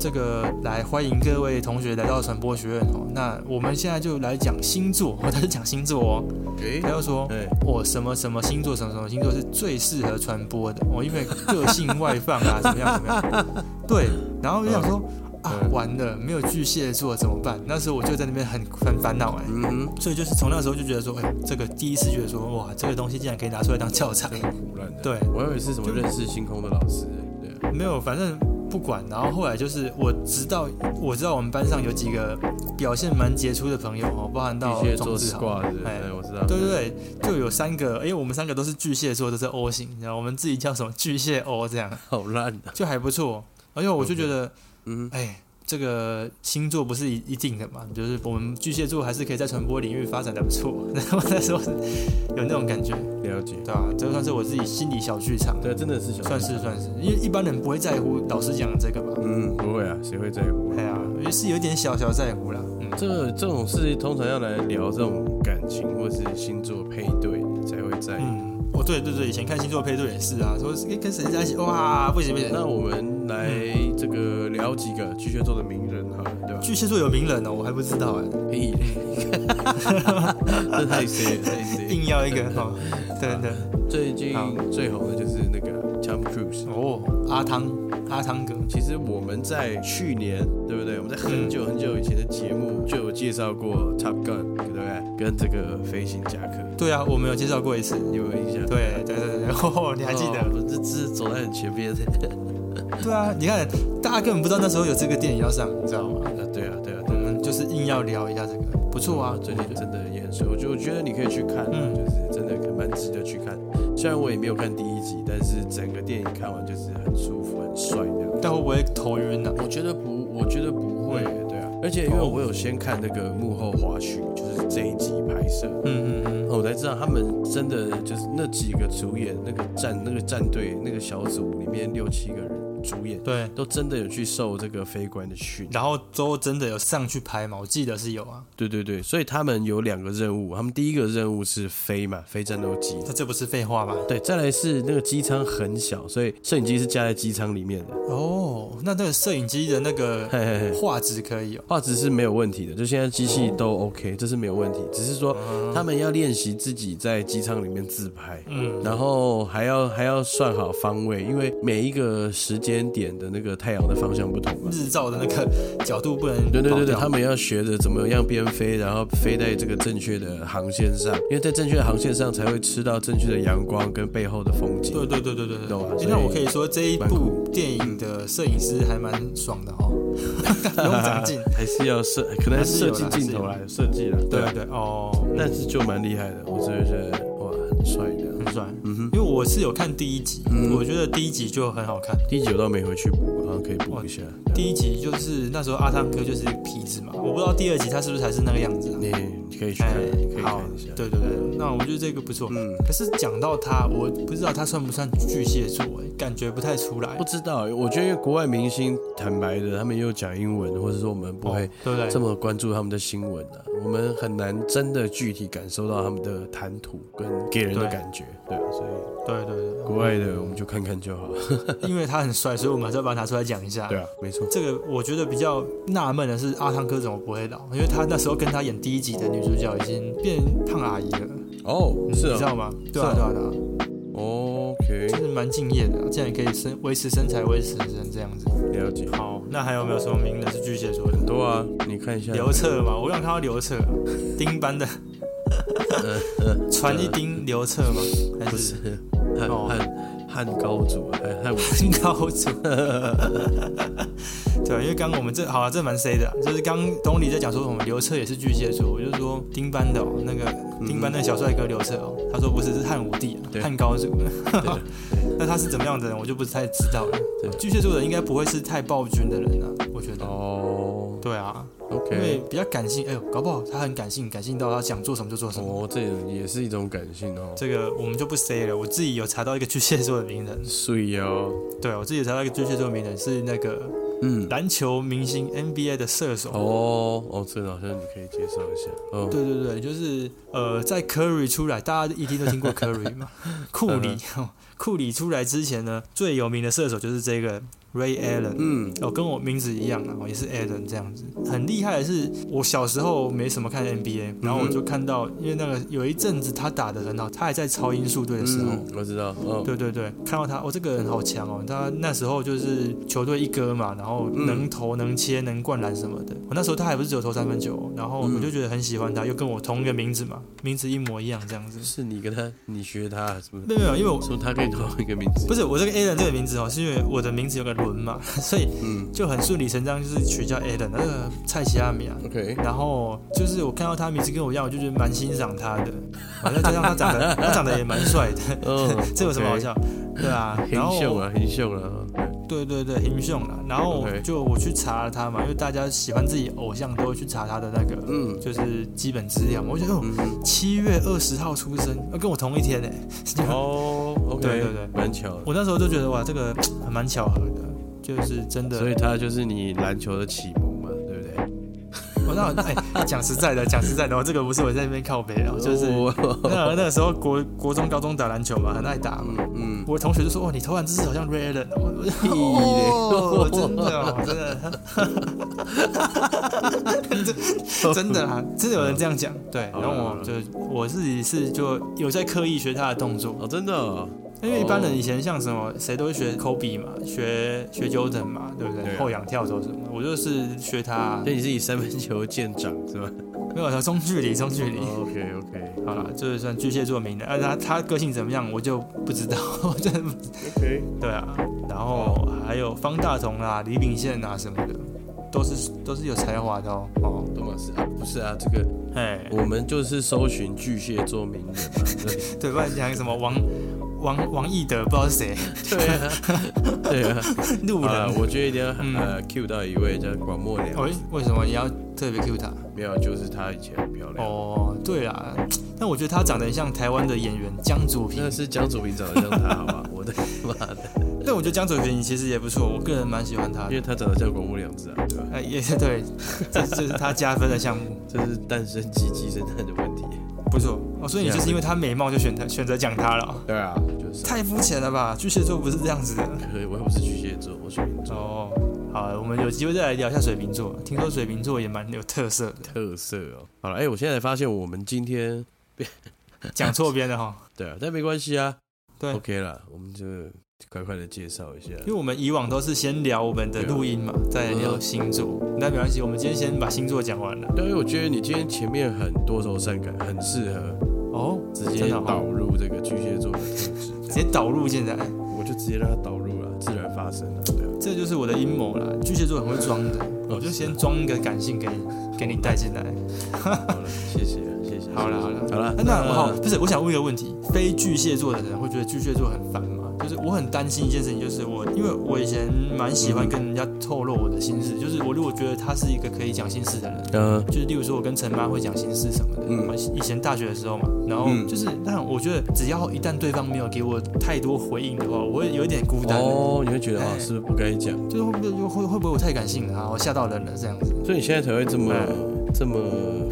[SPEAKER 1] 这个来欢迎各位同学来到传播学院哦。那我们现在就来讲星座， *laughs* 哦、他是讲星座哦，
[SPEAKER 2] 哎
[SPEAKER 1] 他，就说。
[SPEAKER 2] 哎，
[SPEAKER 1] 我、什么什么星座，什么什么星座是最适合传播的？我、因为个性外放啊，怎么样怎么样？对，然后就想说啊，
[SPEAKER 2] 嗯
[SPEAKER 1] 完了，没有巨蟹座怎么办？那时候我就在那边很很烦恼哎、
[SPEAKER 2] 嗯哼，
[SPEAKER 1] 所以就是从那时候就觉得说，哎、这个第一次觉得说，哇，这个东西竟然可以拿出来当教材。
[SPEAKER 2] 胡乱的。
[SPEAKER 1] 对，
[SPEAKER 2] 我以为是什么认识星空的老师，哎对啊，
[SPEAKER 1] 没有，反正不管。然后后来就是我直到我知道我们班上有几个表现蛮杰出的朋友哦，包含到
[SPEAKER 2] 巨蟹
[SPEAKER 1] 庄
[SPEAKER 2] 座
[SPEAKER 1] 志
[SPEAKER 2] s
[SPEAKER 1] 豪。
[SPEAKER 2] 挂的，
[SPEAKER 1] 哎
[SPEAKER 2] 哎，我知道。
[SPEAKER 1] 对对对，就有三个，因为我们三个都是巨蟹座，都是 O 型，然后我们自己叫什么巨蟹 O 这样，
[SPEAKER 2] 好烂啊。
[SPEAKER 1] 就还不错。而且我就觉得，
[SPEAKER 2] 嗯，
[SPEAKER 1] 哎，这个星座不是一一定的嘛，就是我们巨蟹座还是可以在传播领域发展的不错。 *laughs* 然后那时候是有那种感觉，
[SPEAKER 2] 了解。
[SPEAKER 1] 对啊，这个算是我自己心理小剧场，
[SPEAKER 2] 对，真的是小。
[SPEAKER 1] 算是算是，因为一般人不会在乎老师讲的这个吧？
[SPEAKER 2] 嗯，不会啊，谁会在乎啊？
[SPEAKER 1] 哎呀、也是有点小小在乎啦。嗯，
[SPEAKER 2] 这个这种事通常要来聊这种感情或是星座配对才会在意。
[SPEAKER 1] 嗯，哦对对对，以前看星座配对也是啊，说诶跟谁在一起，哇，不行不行。
[SPEAKER 2] 嗯那我们来这个聊几个巨蟹座的名人哈，对吧？
[SPEAKER 1] 巨蟹座有名人哦，我还不知道哎，
[SPEAKER 2] 屁嘞，哎
[SPEAKER 1] *laughs*
[SPEAKER 2] 这太 C 了，太 C 了。
[SPEAKER 1] 硬要一个哦，对对
[SPEAKER 2] 最近
[SPEAKER 1] 好
[SPEAKER 2] 最红的就是那个 Tom Cruise。
[SPEAKER 1] 哦，阿汤阿汤哥，
[SPEAKER 2] 其实我们在去年，对不对？我们在很久很久以前的节目就有介绍过 Top Gun，对不对？跟这个飞行夹克，
[SPEAKER 1] 对啊，我们有介绍过一次，
[SPEAKER 2] 你有没有印象？
[SPEAKER 1] 对对对对，哦，你还记得？
[SPEAKER 2] 哦我这这走在很前
[SPEAKER 1] *laughs*
[SPEAKER 2] 面的。
[SPEAKER 1] 对啊，你看大家根本不知道那时候有这个电影要上，你知道吗？
[SPEAKER 2] 啊，对啊，对啊，
[SPEAKER 1] 我
[SPEAKER 2] 对啊。
[SPEAKER 1] 们就是硬要聊一下这个，不错啊，
[SPEAKER 2] 嗯最近真的也很水，我就我觉得你可以去看啊，
[SPEAKER 1] 嗯
[SPEAKER 2] 就是真的蛮值得去看。虽然我也没有看第一集，但是整个电影看完就是很舒服、很帅这样。
[SPEAKER 1] 但会不会头晕啊呢、
[SPEAKER 2] 我觉得不，我觉得不会，对啊。而且因为我有先看那个幕后花絮，就是这一集拍摄，哦
[SPEAKER 1] 嗯嗯嗯。
[SPEAKER 2] 然后我才知道他们真的就是那几个主演、那个战、那个战队、那个小组里面六七个人，主演
[SPEAKER 1] 对，
[SPEAKER 2] 都真的有去受这个非官的训。
[SPEAKER 1] 然后都真的有上去拍嘛，我记得是有啊。
[SPEAKER 2] 对对对，所以他们有两个任务，他们第一个任务是飞嘛，飞战斗机。
[SPEAKER 1] 那这不是废话吗？
[SPEAKER 2] 对，再来是那个机舱很小，所以摄影机是架在机舱里面的。
[SPEAKER 1] 哦，那那个摄影机的那个
[SPEAKER 2] 嘿嘿嘿，
[SPEAKER 1] 画质可以哦。
[SPEAKER 2] 画质是没有问题的，就现在机器都
[SPEAKER 1] 哦
[SPEAKER 2] OK，这是没有问题。只是说
[SPEAKER 1] 啊
[SPEAKER 2] 他们要练习自己在机舱里面自拍，
[SPEAKER 1] 嗯，
[SPEAKER 2] 然后还要还要算好方位，因为每一个时间点的那个太阳的方向不同嘛。
[SPEAKER 1] 日照的那个角度不能
[SPEAKER 2] 对对对对，
[SPEAKER 1] 跑掉
[SPEAKER 2] 他们要学着怎么样边飞，然后飞在这个正确的航线上，因为在正确的航线上才会吃到正确的阳光跟背后的风景。
[SPEAKER 1] 对对对对对对
[SPEAKER 2] 懂啊
[SPEAKER 1] 诶
[SPEAKER 2] 所以
[SPEAKER 1] 那我可以说这一
[SPEAKER 2] 蛮
[SPEAKER 1] 部电影的摄影师还蛮爽的
[SPEAKER 2] *laughs*
[SPEAKER 1] 哦，不用长进。
[SPEAKER 2] 还是要设，可能
[SPEAKER 1] 还
[SPEAKER 2] 还
[SPEAKER 1] 是
[SPEAKER 2] 是
[SPEAKER 1] 有
[SPEAKER 2] 设
[SPEAKER 1] 啦
[SPEAKER 2] 计镜头来设计了。
[SPEAKER 1] 对对哦，
[SPEAKER 2] 但是就蛮厉害的，我真的觉得哇，很帅的。
[SPEAKER 1] 很帅。
[SPEAKER 2] 嗯哼，
[SPEAKER 1] 因为我是有看第一集，
[SPEAKER 2] 嗯
[SPEAKER 1] 我觉得第一集就很好看。
[SPEAKER 2] 第一集我倒没回去补，好像可以补一下。
[SPEAKER 1] 第一集就是那时候阿汤哥就是痞子嘛，我不知道第二集他是不是还是那个样子、啊。
[SPEAKER 2] 你哎可以去看，可以
[SPEAKER 1] 哎好
[SPEAKER 2] 看一下，。
[SPEAKER 1] 对对对，那我觉得这个不错。
[SPEAKER 2] 嗯，
[SPEAKER 1] 可是讲到他，我不知道他算不算巨蟹座、诶感觉不太出来
[SPEAKER 2] 不。知道，我觉得因为国外明星，坦白的，他们又讲英文，或者说我们不会
[SPEAKER 1] 哦，对不对？
[SPEAKER 2] 这么关注他们的新闻啊，我们很难真的具体感受到他们的谈吐跟给人的
[SPEAKER 1] 对
[SPEAKER 2] 感觉。对，所以
[SPEAKER 1] 对对对
[SPEAKER 2] 国外的我们就看看就好。
[SPEAKER 1] 对，因为他很帅，所以我们还是要把他拿出来讲一下。
[SPEAKER 2] 对啊，没错。
[SPEAKER 1] 这个我觉得比较纳闷的是，阿汤哥怎么不会老？因为他那时候跟他演第一集的女主角已经变胖阿姨了，
[SPEAKER 2] 哦，是
[SPEAKER 1] 你知
[SPEAKER 2] 啊
[SPEAKER 1] 道吗？对啊，
[SPEAKER 2] 是
[SPEAKER 1] 对啊，对啊，
[SPEAKER 2] ，OK，
[SPEAKER 1] 就是蛮敬业的啊、竟然可以身维持身材维持成这样子。
[SPEAKER 2] 了解。
[SPEAKER 1] 好，那还有没有什么名人是巨蟹座的？
[SPEAKER 2] 对啊，你看一下，
[SPEAKER 1] 刘彻嘛，我想看到刘彻、啊，丁班的，传一丁刘彻吗？还
[SPEAKER 2] *laughs* 不
[SPEAKER 1] 是
[SPEAKER 2] 是汉
[SPEAKER 1] 哦
[SPEAKER 2] 汉汉高啊祖，汉汉武
[SPEAKER 1] 很 *laughs* 高祖？对啊，因为刚刚我们这好啊，这蛮 C 的啊、就是刚东里在讲说我们刘彻也是巨蟹座，我就说丁班的哦，那个丁班那个小帅哥刘彻哦，他说不是，是汉武帝、啊，
[SPEAKER 2] 嗯对
[SPEAKER 1] 汉高祖。
[SPEAKER 2] 对
[SPEAKER 1] *laughs* 那他是怎么样的人，我就不太知道了
[SPEAKER 2] 对。
[SPEAKER 1] 巨蟹座的人应该不会是太暴君的人啊，我觉得。
[SPEAKER 2] 哦
[SPEAKER 1] 对啊，因为
[SPEAKER 2] ，OK，
[SPEAKER 1] 比较感性，哎呦，搞不好他很感性，感性到他想做什么就做什么。
[SPEAKER 2] 哦，这也是一种感性哦，
[SPEAKER 1] 这个我们就不 say 了。我自己有查到一个巨蟹座的名人，
[SPEAKER 2] 睡哦，
[SPEAKER 1] 对我自己有查到一个巨蟹座的名人是那个
[SPEAKER 2] 嗯，
[SPEAKER 1] 篮球明星 NBA 的射手。
[SPEAKER 2] 哦哦，这个好像你可以介绍一下，哦，
[SPEAKER 1] 对对对，就是呃，在 Curry 出来，大家一定都听过 Curry 嘛， *laughs* 库里，哦 *laughs* 库里出来之前呢，最有名的射手就是这个 Ray Allen。
[SPEAKER 2] 嗯，
[SPEAKER 1] 哦，跟我名字一样啊，我也是 Allen 这样子。很厉害的是，我小时候没什么看 NBA，然后我就看到，因为那个有一阵子他打得很好，他还在超音速队的时候，
[SPEAKER 2] 嗯，我知道，哦，
[SPEAKER 1] 对对对，看到他，哦，这个人好强哦！他那时候就是球队一哥嘛，然后能投、能切、能灌篮什么的。我那时候他还不是只有投三分球哦、然后
[SPEAKER 2] 嗯
[SPEAKER 1] 我就觉得很喜欢他，又跟我同一个名字嘛，名字一模一样这样子。
[SPEAKER 2] 是你跟他，你学他什么？
[SPEAKER 1] 没有没有，因为我
[SPEAKER 2] 说他跟同一个名字，
[SPEAKER 1] 不是我这个 Allen 这个名字哦，是因为我的名字有个伦嘛， *laughs* 所以
[SPEAKER 2] 嗯
[SPEAKER 1] 就很顺理成章就是取叫 Allen，那个蔡奇亚米啊。
[SPEAKER 2] ，OK，
[SPEAKER 1] 然后就是我看到他名字跟我一样，我就觉得蛮欣赏他的，反正加上他长得 *laughs* 他长得也蛮帅的， *laughs*，
[SPEAKER 2] 哦
[SPEAKER 1] 这有什么好？笑？对啊，然后
[SPEAKER 2] 很秀啊，很秀了，
[SPEAKER 1] 对对对，英雄啦。然后
[SPEAKER 2] 嗯 OK
[SPEAKER 1] 就我去查了他嘛，因为大家喜欢自己偶像都会去查他的那个，
[SPEAKER 2] 嗯
[SPEAKER 1] 就是基本资料嘛。我觉得哦，
[SPEAKER 2] 嗯哼，
[SPEAKER 1] 七月二十号出生，呃跟我同一天呢。
[SPEAKER 2] 哦，OK，
[SPEAKER 1] 对对对
[SPEAKER 2] 蛮巧的，
[SPEAKER 1] 我那时候就觉得哇，这个还蛮巧合的，就是真的
[SPEAKER 2] 所。以他就是你篮球的启蒙嘛，对不对？
[SPEAKER 1] 我那那哎，讲实
[SPEAKER 2] *laughs*
[SPEAKER 1] 在的，讲实在的，哦这个不是我在那边靠北啊，就是
[SPEAKER 2] 我
[SPEAKER 1] 那那个时候国国中高中打篮球嘛，很爱打嘛。
[SPEAKER 2] *laughs* 嗯，
[SPEAKER 1] 我的同学就说：“哦，你投篮姿势好像 Ray Allen 哦。”我就
[SPEAKER 2] 屁嘞
[SPEAKER 1] 哦，真的
[SPEAKER 2] *laughs*
[SPEAKER 1] 哦，真的，真真的啦，真的有人这样讲。对，然
[SPEAKER 2] 好了
[SPEAKER 1] 后
[SPEAKER 2] 好
[SPEAKER 1] 我
[SPEAKER 2] 了
[SPEAKER 1] 就我自己是就有在刻意学他的动作，
[SPEAKER 2] 哦，真的哦，
[SPEAKER 1] 因为一般人以前像什么谁都会学 Kobe 嘛，学学 Jordan 嘛，对不
[SPEAKER 2] 对
[SPEAKER 1] 对？
[SPEAKER 2] 啊
[SPEAKER 1] 后仰跳投什么的，我就是学他
[SPEAKER 2] 所，以你是以三分球见长是吧哦
[SPEAKER 1] 没有中距离，中距离。
[SPEAKER 2] ？OK OK，
[SPEAKER 1] 好了，这算巨蟹座名的，而他他个性怎么样我就不知道，我真的不
[SPEAKER 2] ，OK，
[SPEAKER 1] 对啊，然后还有方大同啦、李秉宪啊什么的，都是都是有才华的哦。哦，
[SPEAKER 2] 多马斯啊，不是啊，这个
[SPEAKER 1] 哎，
[SPEAKER 2] 我们就是搜寻巨蟹座名人嘛，对
[SPEAKER 1] 对，不然讲什么王王王义德，不知道是谁，
[SPEAKER 2] *laughs* 对啊， *laughs* 对啊，
[SPEAKER 1] *laughs* 路
[SPEAKER 2] 好了
[SPEAKER 1] 人。
[SPEAKER 2] 我觉得一定要
[SPEAKER 1] 嗯
[SPEAKER 2] 呃 Q 到一位叫广末凉，
[SPEAKER 1] 喂、为什么你要特别 Q 他？
[SPEAKER 2] 没有，啊就是她以前很漂亮。
[SPEAKER 1] 哦，对啦，但我觉得他长得很像台湾的演员江祖平
[SPEAKER 2] *laughs* 那。是江祖平长得像她，好吧？我的，妈的，
[SPEAKER 1] 但我觉得江泽民其实也不错，我个人蛮喜欢他
[SPEAKER 2] 因
[SPEAKER 1] 的。
[SPEAKER 2] 为他长得像广木凉子啊，对吧？
[SPEAKER 1] 呃，也对，这这是他加分的项 *laughs* 目，
[SPEAKER 2] 这是诞生鸡鸡生蛋的问题，
[SPEAKER 1] 不错。哦，所以你就是因为他美貌就选他选择讲他了哦，
[SPEAKER 2] 对啊，就是 *laughs* 啊
[SPEAKER 1] 太肤浅了吧？巨蟹座不是这样子的。
[SPEAKER 2] 可以，我又不是巨蟹座，我水瓶座，
[SPEAKER 1] 哦，好，我们有机会再来聊一下水瓶座。听说水瓶座也蛮有特色的，
[SPEAKER 2] 特色哦。好了，哎、我现在才发现我们今天
[SPEAKER 1] 讲错边了哈，
[SPEAKER 2] 对啊，但没关系啊，
[SPEAKER 1] 对
[SPEAKER 2] ，OK 啦，我们就快快的介绍一下。
[SPEAKER 1] 因为我们以往都是先聊我们的录音嘛，再聊星座。那没关系，我们今天先把星座讲完了。
[SPEAKER 2] 对，因为我觉得你今天前面很多愁善感，很适合
[SPEAKER 1] 哦，
[SPEAKER 2] 直接
[SPEAKER 1] 真的哦
[SPEAKER 2] 导入这个巨蟹座的特质，
[SPEAKER 1] 直接导入现在，
[SPEAKER 2] 我就直接让它导入了，自然发生了，对啊。
[SPEAKER 1] 这就是我的阴谋啦。巨蟹座很会装的，我就先装一个感性给给你带进来。
[SPEAKER 2] 啊好了， *laughs* 谢谢，谢谢。
[SPEAKER 1] 好了好了
[SPEAKER 2] 好了
[SPEAKER 1] 啊，那我好，不是，我想问一个问题：非巨蟹座的人会觉得巨蟹座很烦吗？就是我很担心一件事情，就是我因为我以前蛮喜
[SPEAKER 2] 嗯
[SPEAKER 1] 欢跟人家透露我的心事，就是我如果觉得他是一个可以讲心事的人，
[SPEAKER 2] 嗯
[SPEAKER 1] 就是例如说我跟陈妈会讲心事什么的，
[SPEAKER 2] 嗯
[SPEAKER 1] 我以前大学的时候嘛，然后
[SPEAKER 2] 嗯
[SPEAKER 1] 就是，但我觉得只要一旦对方没有给我太多回应的话，我会有一点孤单，
[SPEAKER 2] 哦，你会觉得啊，
[SPEAKER 1] 哎
[SPEAKER 2] 是不是不该讲？
[SPEAKER 1] 就是会不会会会不会我太感性了啊，我吓到人了这样子。
[SPEAKER 2] 所以你现在才会这么
[SPEAKER 1] 哎
[SPEAKER 2] 这么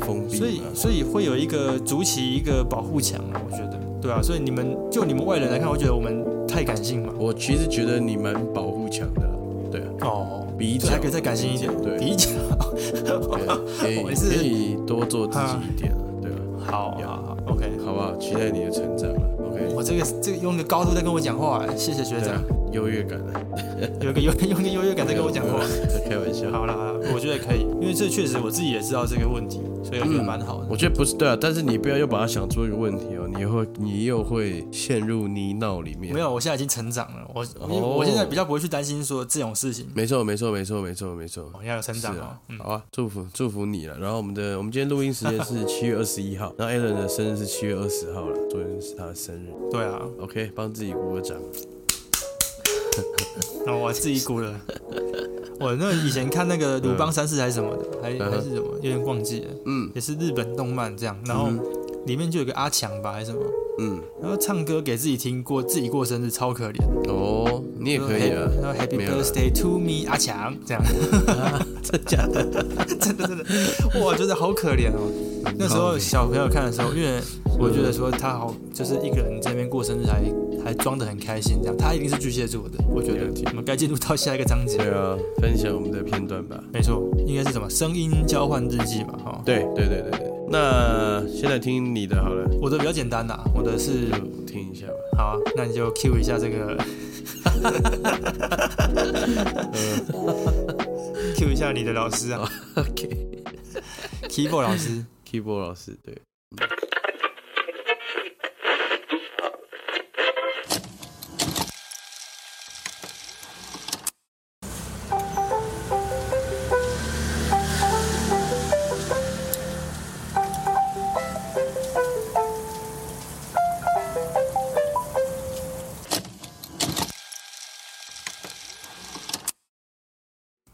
[SPEAKER 2] 封闭
[SPEAKER 1] 所以
[SPEAKER 2] 嘛？
[SPEAKER 1] 所以会有一个筑起一个保护墙啊，我觉得，对啊，所以你们就你们外人来看，会觉得我们太感性嘛？
[SPEAKER 2] 我其实觉得你蛮保护强的啦，对啊，
[SPEAKER 1] 哦，
[SPEAKER 2] 比较
[SPEAKER 1] 就还可以再感性一点，
[SPEAKER 2] 对
[SPEAKER 1] 比
[SPEAKER 2] *laughs*
[SPEAKER 1] 较 *laughs*
[SPEAKER 2] 对可以
[SPEAKER 1] 我是
[SPEAKER 2] 可以多做自己一点啊，对吧？
[SPEAKER 1] 好好
[SPEAKER 2] 有
[SPEAKER 1] 好，OK，
[SPEAKER 2] 好啊不好？期待你的成长啊，OK，
[SPEAKER 1] 我这个这个用个高度在跟我讲话，谢谢学
[SPEAKER 2] 对啊
[SPEAKER 1] 长，，
[SPEAKER 2] 优越感啊，
[SPEAKER 1] 有一个优用个优越感在跟我讲话。
[SPEAKER 2] *laughs* 开玩笑。
[SPEAKER 1] 好啦，好啦我觉得可以，因为这确实我自己也知道这个问题，所以我觉得蛮好的。
[SPEAKER 2] 我觉得不是对啊，但是你不要又把它想出一个问题哦，你又会你又会陷入泥淖里面。
[SPEAKER 1] 没有，我现在已经成长了，我我
[SPEAKER 2] 嗯哦
[SPEAKER 1] 我现在比较不会去担心说这种事情，
[SPEAKER 2] 没错，没错，没错，没错，没错。
[SPEAKER 1] 我要有成长
[SPEAKER 2] 是
[SPEAKER 1] 哦
[SPEAKER 2] 啊。
[SPEAKER 1] 嗯，
[SPEAKER 2] 好啊，祝福祝福你了。然后我们的我们今天录音时间是
[SPEAKER 1] *laughs*
[SPEAKER 2] 七月二十一号，然后 Alan 的生日是七月二十号了，昨天是他的生日。
[SPEAKER 1] 对啊，
[SPEAKER 2] OK，帮自己鼓个掌。
[SPEAKER 1] 然哦后我自己鼓了。 *laughs* 我那以前看那个《鲁邦三世》还是什么的，还
[SPEAKER 2] 嗯
[SPEAKER 1] 还是什么，有点忘记了，
[SPEAKER 2] 嗯
[SPEAKER 1] 也是日本动漫这样。然后
[SPEAKER 2] 嗯
[SPEAKER 1] 里面就有个阿强吧，还是什么，
[SPEAKER 2] 嗯，
[SPEAKER 1] 然后唱歌给自己听过，自己过生日超可怜。
[SPEAKER 2] 哦，你也可以啊。
[SPEAKER 1] 然后 Happy
[SPEAKER 2] 没有啦
[SPEAKER 1] Birthday to me 阿强
[SPEAKER 2] *laughs*
[SPEAKER 1] 这样，真的假的？真的真的，哇，觉得好可怜哦。那时候小朋友看的时候，因为我觉得说他好，就是一个人在那边过生日还还装得很开心这样，他一定是巨蟹座的，我觉得
[SPEAKER 2] 了解。
[SPEAKER 1] 我们该进入到下一个章节。
[SPEAKER 2] 对啊，分享我们的片段吧。
[SPEAKER 1] 没错，应该是什么声音交换日记吧？哈，
[SPEAKER 2] 对对对对对。那现在听你的好了，
[SPEAKER 1] 我的比较简单啦，我的是
[SPEAKER 2] 就听一下吧。
[SPEAKER 1] 好啊，那你就 Q 一下这个，Q 呃一下你的老师啊
[SPEAKER 2] OK。
[SPEAKER 1] ，Keyboard 老师。
[SPEAKER 2] Keyboard 老师，对，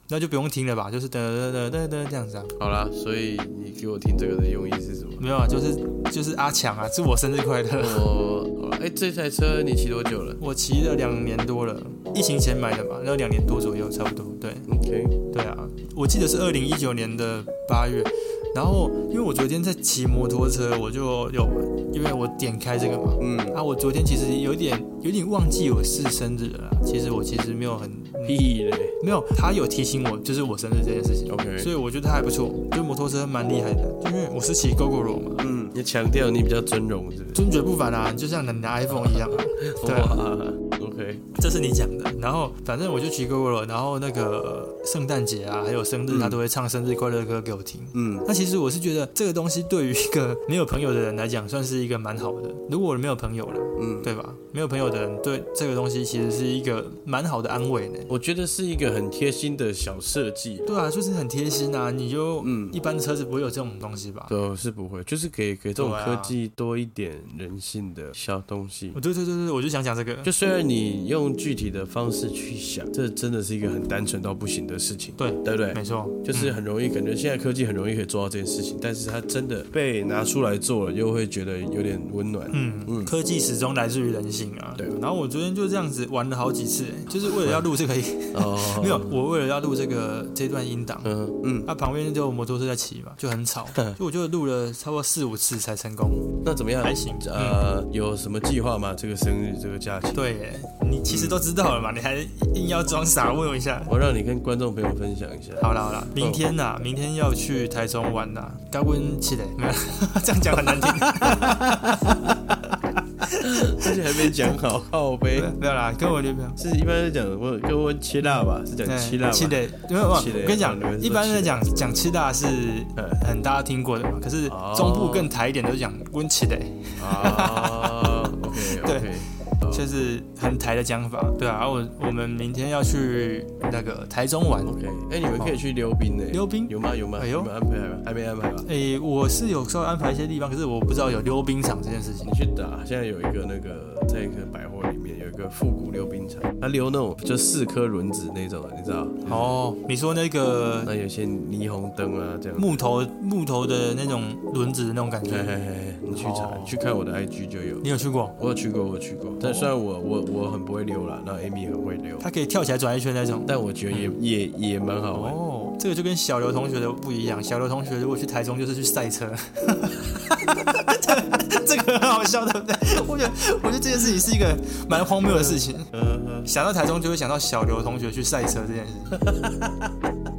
[SPEAKER 1] 那就不用听了吧，就是得得得得这样子啊，
[SPEAKER 2] 好啦，所以你给我听这个的用意是什么？
[SPEAKER 1] 没有啊，就是就是阿强啊，祝我生日快乐。
[SPEAKER 2] 我好了，哎、这台车你骑多久了
[SPEAKER 1] 我骑了两年多了，疫情前买的嘛，然后两年多左右差不多。对
[SPEAKER 2] ？OK，
[SPEAKER 1] 对啊，我记得是二零一九年的八月，然后因为我昨天在骑摩托车，我就有因为我点开这个嘛，
[SPEAKER 2] 嗯，
[SPEAKER 1] 啊，我昨天其实有点有点忘记我是生日了啦，啊其实我其实没有很嗯
[SPEAKER 2] 屁嘞
[SPEAKER 1] 没有，他有提醒我就是我生日这件事情，
[SPEAKER 2] ，OK，
[SPEAKER 1] 所以我觉得他还不错，就摩托车蛮厉害的，因为我是骑 GoGoRo 嘛。
[SPEAKER 2] 嗯，你强调你比较尊荣是 *laughs* 不是？
[SPEAKER 1] 尊爵不凡啊，就像你的 iPhone 一样
[SPEAKER 2] *laughs*
[SPEAKER 1] 啊。对啊
[SPEAKER 2] 哇，OK，
[SPEAKER 1] 这是你讲的。然后反正我就骑过了，然后那个呃圣诞节啊，还有生日，
[SPEAKER 2] 嗯
[SPEAKER 1] 他都会唱生日快乐歌给我听。
[SPEAKER 2] 嗯，
[SPEAKER 1] 那其实我是觉得这个东西对于一个没有朋友的人来讲，算是一个蛮好的。如果我没有朋友了，
[SPEAKER 2] 嗯，
[SPEAKER 1] 对吧？没有朋友的人对这个东西其实是一个蛮好的安慰呢。
[SPEAKER 2] 我觉得是一个很贴心的小设计，
[SPEAKER 1] 对啊，就是很贴心啊。你就
[SPEAKER 2] 嗯，
[SPEAKER 1] 一般车子不会有这种东西吧？
[SPEAKER 2] 都是不会，就是给给这种
[SPEAKER 1] 对啊
[SPEAKER 2] 科技多一点人性的小东西
[SPEAKER 1] 我。对对对对，我就想讲这个。
[SPEAKER 2] 就虽然你用具体的方式去想，这真的是一个很单纯到不行的事情，
[SPEAKER 1] 对
[SPEAKER 2] 对不对？
[SPEAKER 1] 没错，
[SPEAKER 2] 就是很容易感觉现在科技很容易可以做到这件事情，但是它真的被拿出来做了，又会觉得有点温暖。
[SPEAKER 1] 嗯嗯，
[SPEAKER 2] 嗯
[SPEAKER 1] 科技始终来自于人性啊。
[SPEAKER 2] 对啊，
[SPEAKER 1] 然后我昨天就这样子玩了好几次、欸就是为了要录这个，
[SPEAKER 2] 哦，
[SPEAKER 1] *laughs* 嗯没有，，我为了要录这个这段音档，
[SPEAKER 2] 嗯嗯， *laughs*
[SPEAKER 1] 那、旁边就有摩托车在骑嘛，就很吵，就我就录了差不多四五次才成功。
[SPEAKER 2] 那怎么样？
[SPEAKER 1] 还行
[SPEAKER 2] 呃，有什么计划吗？这个生日，这个假期，
[SPEAKER 1] 对、欸，你其实都知道了嘛，你还硬要装傻问我一下。
[SPEAKER 2] 我让你跟观众朋友分享一下。
[SPEAKER 1] 好啦好啦，明天呐、明天要去台中玩啦，高温起来，
[SPEAKER 2] 嗯
[SPEAKER 1] 没有 *laughs* 这样讲很难
[SPEAKER 2] *laughs*
[SPEAKER 1] 听。
[SPEAKER 2] 而且还没讲
[SPEAKER 1] *laughs*
[SPEAKER 2] 好，靠背
[SPEAKER 1] 没有啦，跟我女朋友。
[SPEAKER 2] 是一般是讲我跟我切辣吧，是讲
[SPEAKER 1] 对
[SPEAKER 2] 切辣吧？
[SPEAKER 1] 七的，因为我
[SPEAKER 2] 七的
[SPEAKER 1] 跟你
[SPEAKER 2] 哦你们
[SPEAKER 1] 讲，
[SPEAKER 2] 是
[SPEAKER 1] 一
[SPEAKER 2] 说
[SPEAKER 1] 般
[SPEAKER 2] 七
[SPEAKER 1] 在
[SPEAKER 2] 的
[SPEAKER 1] 讲讲七大是
[SPEAKER 2] 嗯
[SPEAKER 1] 很大家听过的嘛，可是
[SPEAKER 2] 哦
[SPEAKER 1] 中部更台一点都是讲温七的，
[SPEAKER 2] 啊，OK OK，哦
[SPEAKER 1] 就是很台的讲法。对啊，然后我我们明天要去那个台中玩，
[SPEAKER 2] OK，哎，你们可以去溜冰呢？
[SPEAKER 1] 溜冰
[SPEAKER 2] 有吗？有吗？
[SPEAKER 1] 哎呦
[SPEAKER 2] 有没有安排吗？还没安排吧？
[SPEAKER 1] 诶，我是有稍微安排一些地方，可是我不知道有溜冰场这件事情
[SPEAKER 2] 你。去打，现在有一个那个，在一个百货里面有一个复古溜冰场，它溜那种就四颗轮子那种，你知道？
[SPEAKER 1] 哦，你说那个
[SPEAKER 2] 那有些霓虹灯啊这样。
[SPEAKER 1] 木头木头的那种轮子的那种感
[SPEAKER 2] 嘿嘿
[SPEAKER 1] 觉，
[SPEAKER 2] 嘿嘿，你去查，
[SPEAKER 1] 哦
[SPEAKER 2] 你去看我的 IG 就有。
[SPEAKER 1] 你哦有去过？
[SPEAKER 2] 我有去过，我有去过，但虽然我我我很不会溜啦，然后 Amy 很会溜，
[SPEAKER 1] 它可以跳起来转一圈那种。
[SPEAKER 2] 但我觉得也
[SPEAKER 1] 嗯
[SPEAKER 2] 也也蛮好玩的。
[SPEAKER 1] 哦，这个就跟小刘同学的不一样。小刘同学如果去台中就是去赛车， *laughs* 这个很好笑，对不对？我觉得，我觉得这件事情是一个蛮荒谬的事情。想到台中就会想到小刘同学去赛车这件事情，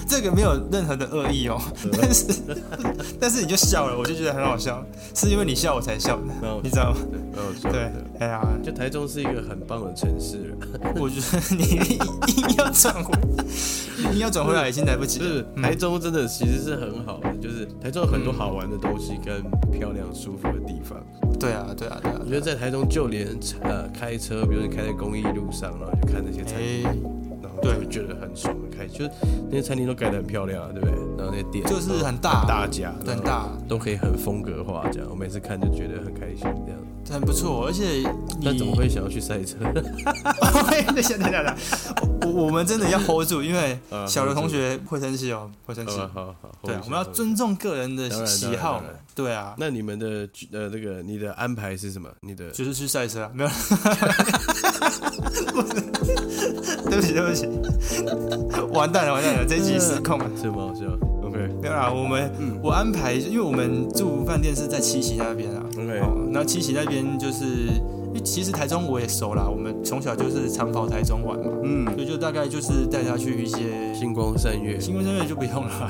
[SPEAKER 1] 这个没有任何的恶意哦，但是但是你就笑了，我就觉得很好笑，是因为你笑我才笑的，
[SPEAKER 2] 那我
[SPEAKER 1] 你知道吗？
[SPEAKER 2] 对，蛮有趣
[SPEAKER 1] 哦对
[SPEAKER 2] 的。，
[SPEAKER 1] 哎呀，
[SPEAKER 2] 就台中是一个很棒的城市了，
[SPEAKER 1] 我觉得你硬要转回，硬要转回来已经来不及
[SPEAKER 2] 就
[SPEAKER 1] 了。嗯
[SPEAKER 2] 是哎台中真的其实是很好的，就是台中有很多好玩的东西跟漂亮舒服的地方。
[SPEAKER 1] 对啊，对啊，对啊
[SPEAKER 2] 我。觉得在台中就连呃开车，比如你开在公益路上，然后就看那些餐厅，
[SPEAKER 1] 哎、
[SPEAKER 2] 然后就会觉得很爽，很开心。就是那些餐厅都盖得很漂亮啊，对不对？然后那些店
[SPEAKER 1] 就是很大，
[SPEAKER 2] 大家
[SPEAKER 1] 很，
[SPEAKER 2] 然
[SPEAKER 1] 大，
[SPEAKER 2] 后都可以很风格化这样。我每次看就觉得很开心这样。
[SPEAKER 1] 很不错。而且
[SPEAKER 2] 但
[SPEAKER 1] 你
[SPEAKER 2] 怎么？会想要去赛车？
[SPEAKER 1] *laughs* 等一下，等一下，等一下，我我我们真的要 hold 住，因为
[SPEAKER 2] 呃
[SPEAKER 1] 小刘
[SPEAKER 2] hold 呃
[SPEAKER 1] 同
[SPEAKER 2] 住
[SPEAKER 1] 学会生气哦，会
[SPEAKER 2] *laughs*
[SPEAKER 1] 生气。
[SPEAKER 2] 好好好，
[SPEAKER 1] 对啊，
[SPEAKER 2] 一
[SPEAKER 1] 我
[SPEAKER 2] 下
[SPEAKER 1] 们要。尊重个人
[SPEAKER 2] 当
[SPEAKER 1] 的
[SPEAKER 2] 然
[SPEAKER 1] 喜好
[SPEAKER 2] 当
[SPEAKER 1] 嘛
[SPEAKER 2] 然当然。
[SPEAKER 1] 对啊，
[SPEAKER 2] 那你们的呃，这个你的安排是什么？你的
[SPEAKER 1] 就是去赛车啊，
[SPEAKER 2] *laughs*
[SPEAKER 1] 没有。 *laughs* 对不起，对不起，完蛋了，完蛋了，这一集失控了。
[SPEAKER 2] 是吗？是吗？OK
[SPEAKER 1] 没有啦，我们、我安排，因为我们住饭店是在七喜那边啊。
[SPEAKER 2] OK，
[SPEAKER 1] 哦，然后七喜那边就是，因为其实台中我也熟啦，我们从小就是常跑台中玩嘛，
[SPEAKER 2] 嗯，
[SPEAKER 1] 所以就大概就是带他去一些
[SPEAKER 2] 星光三月，
[SPEAKER 1] 新婚正月就不用了，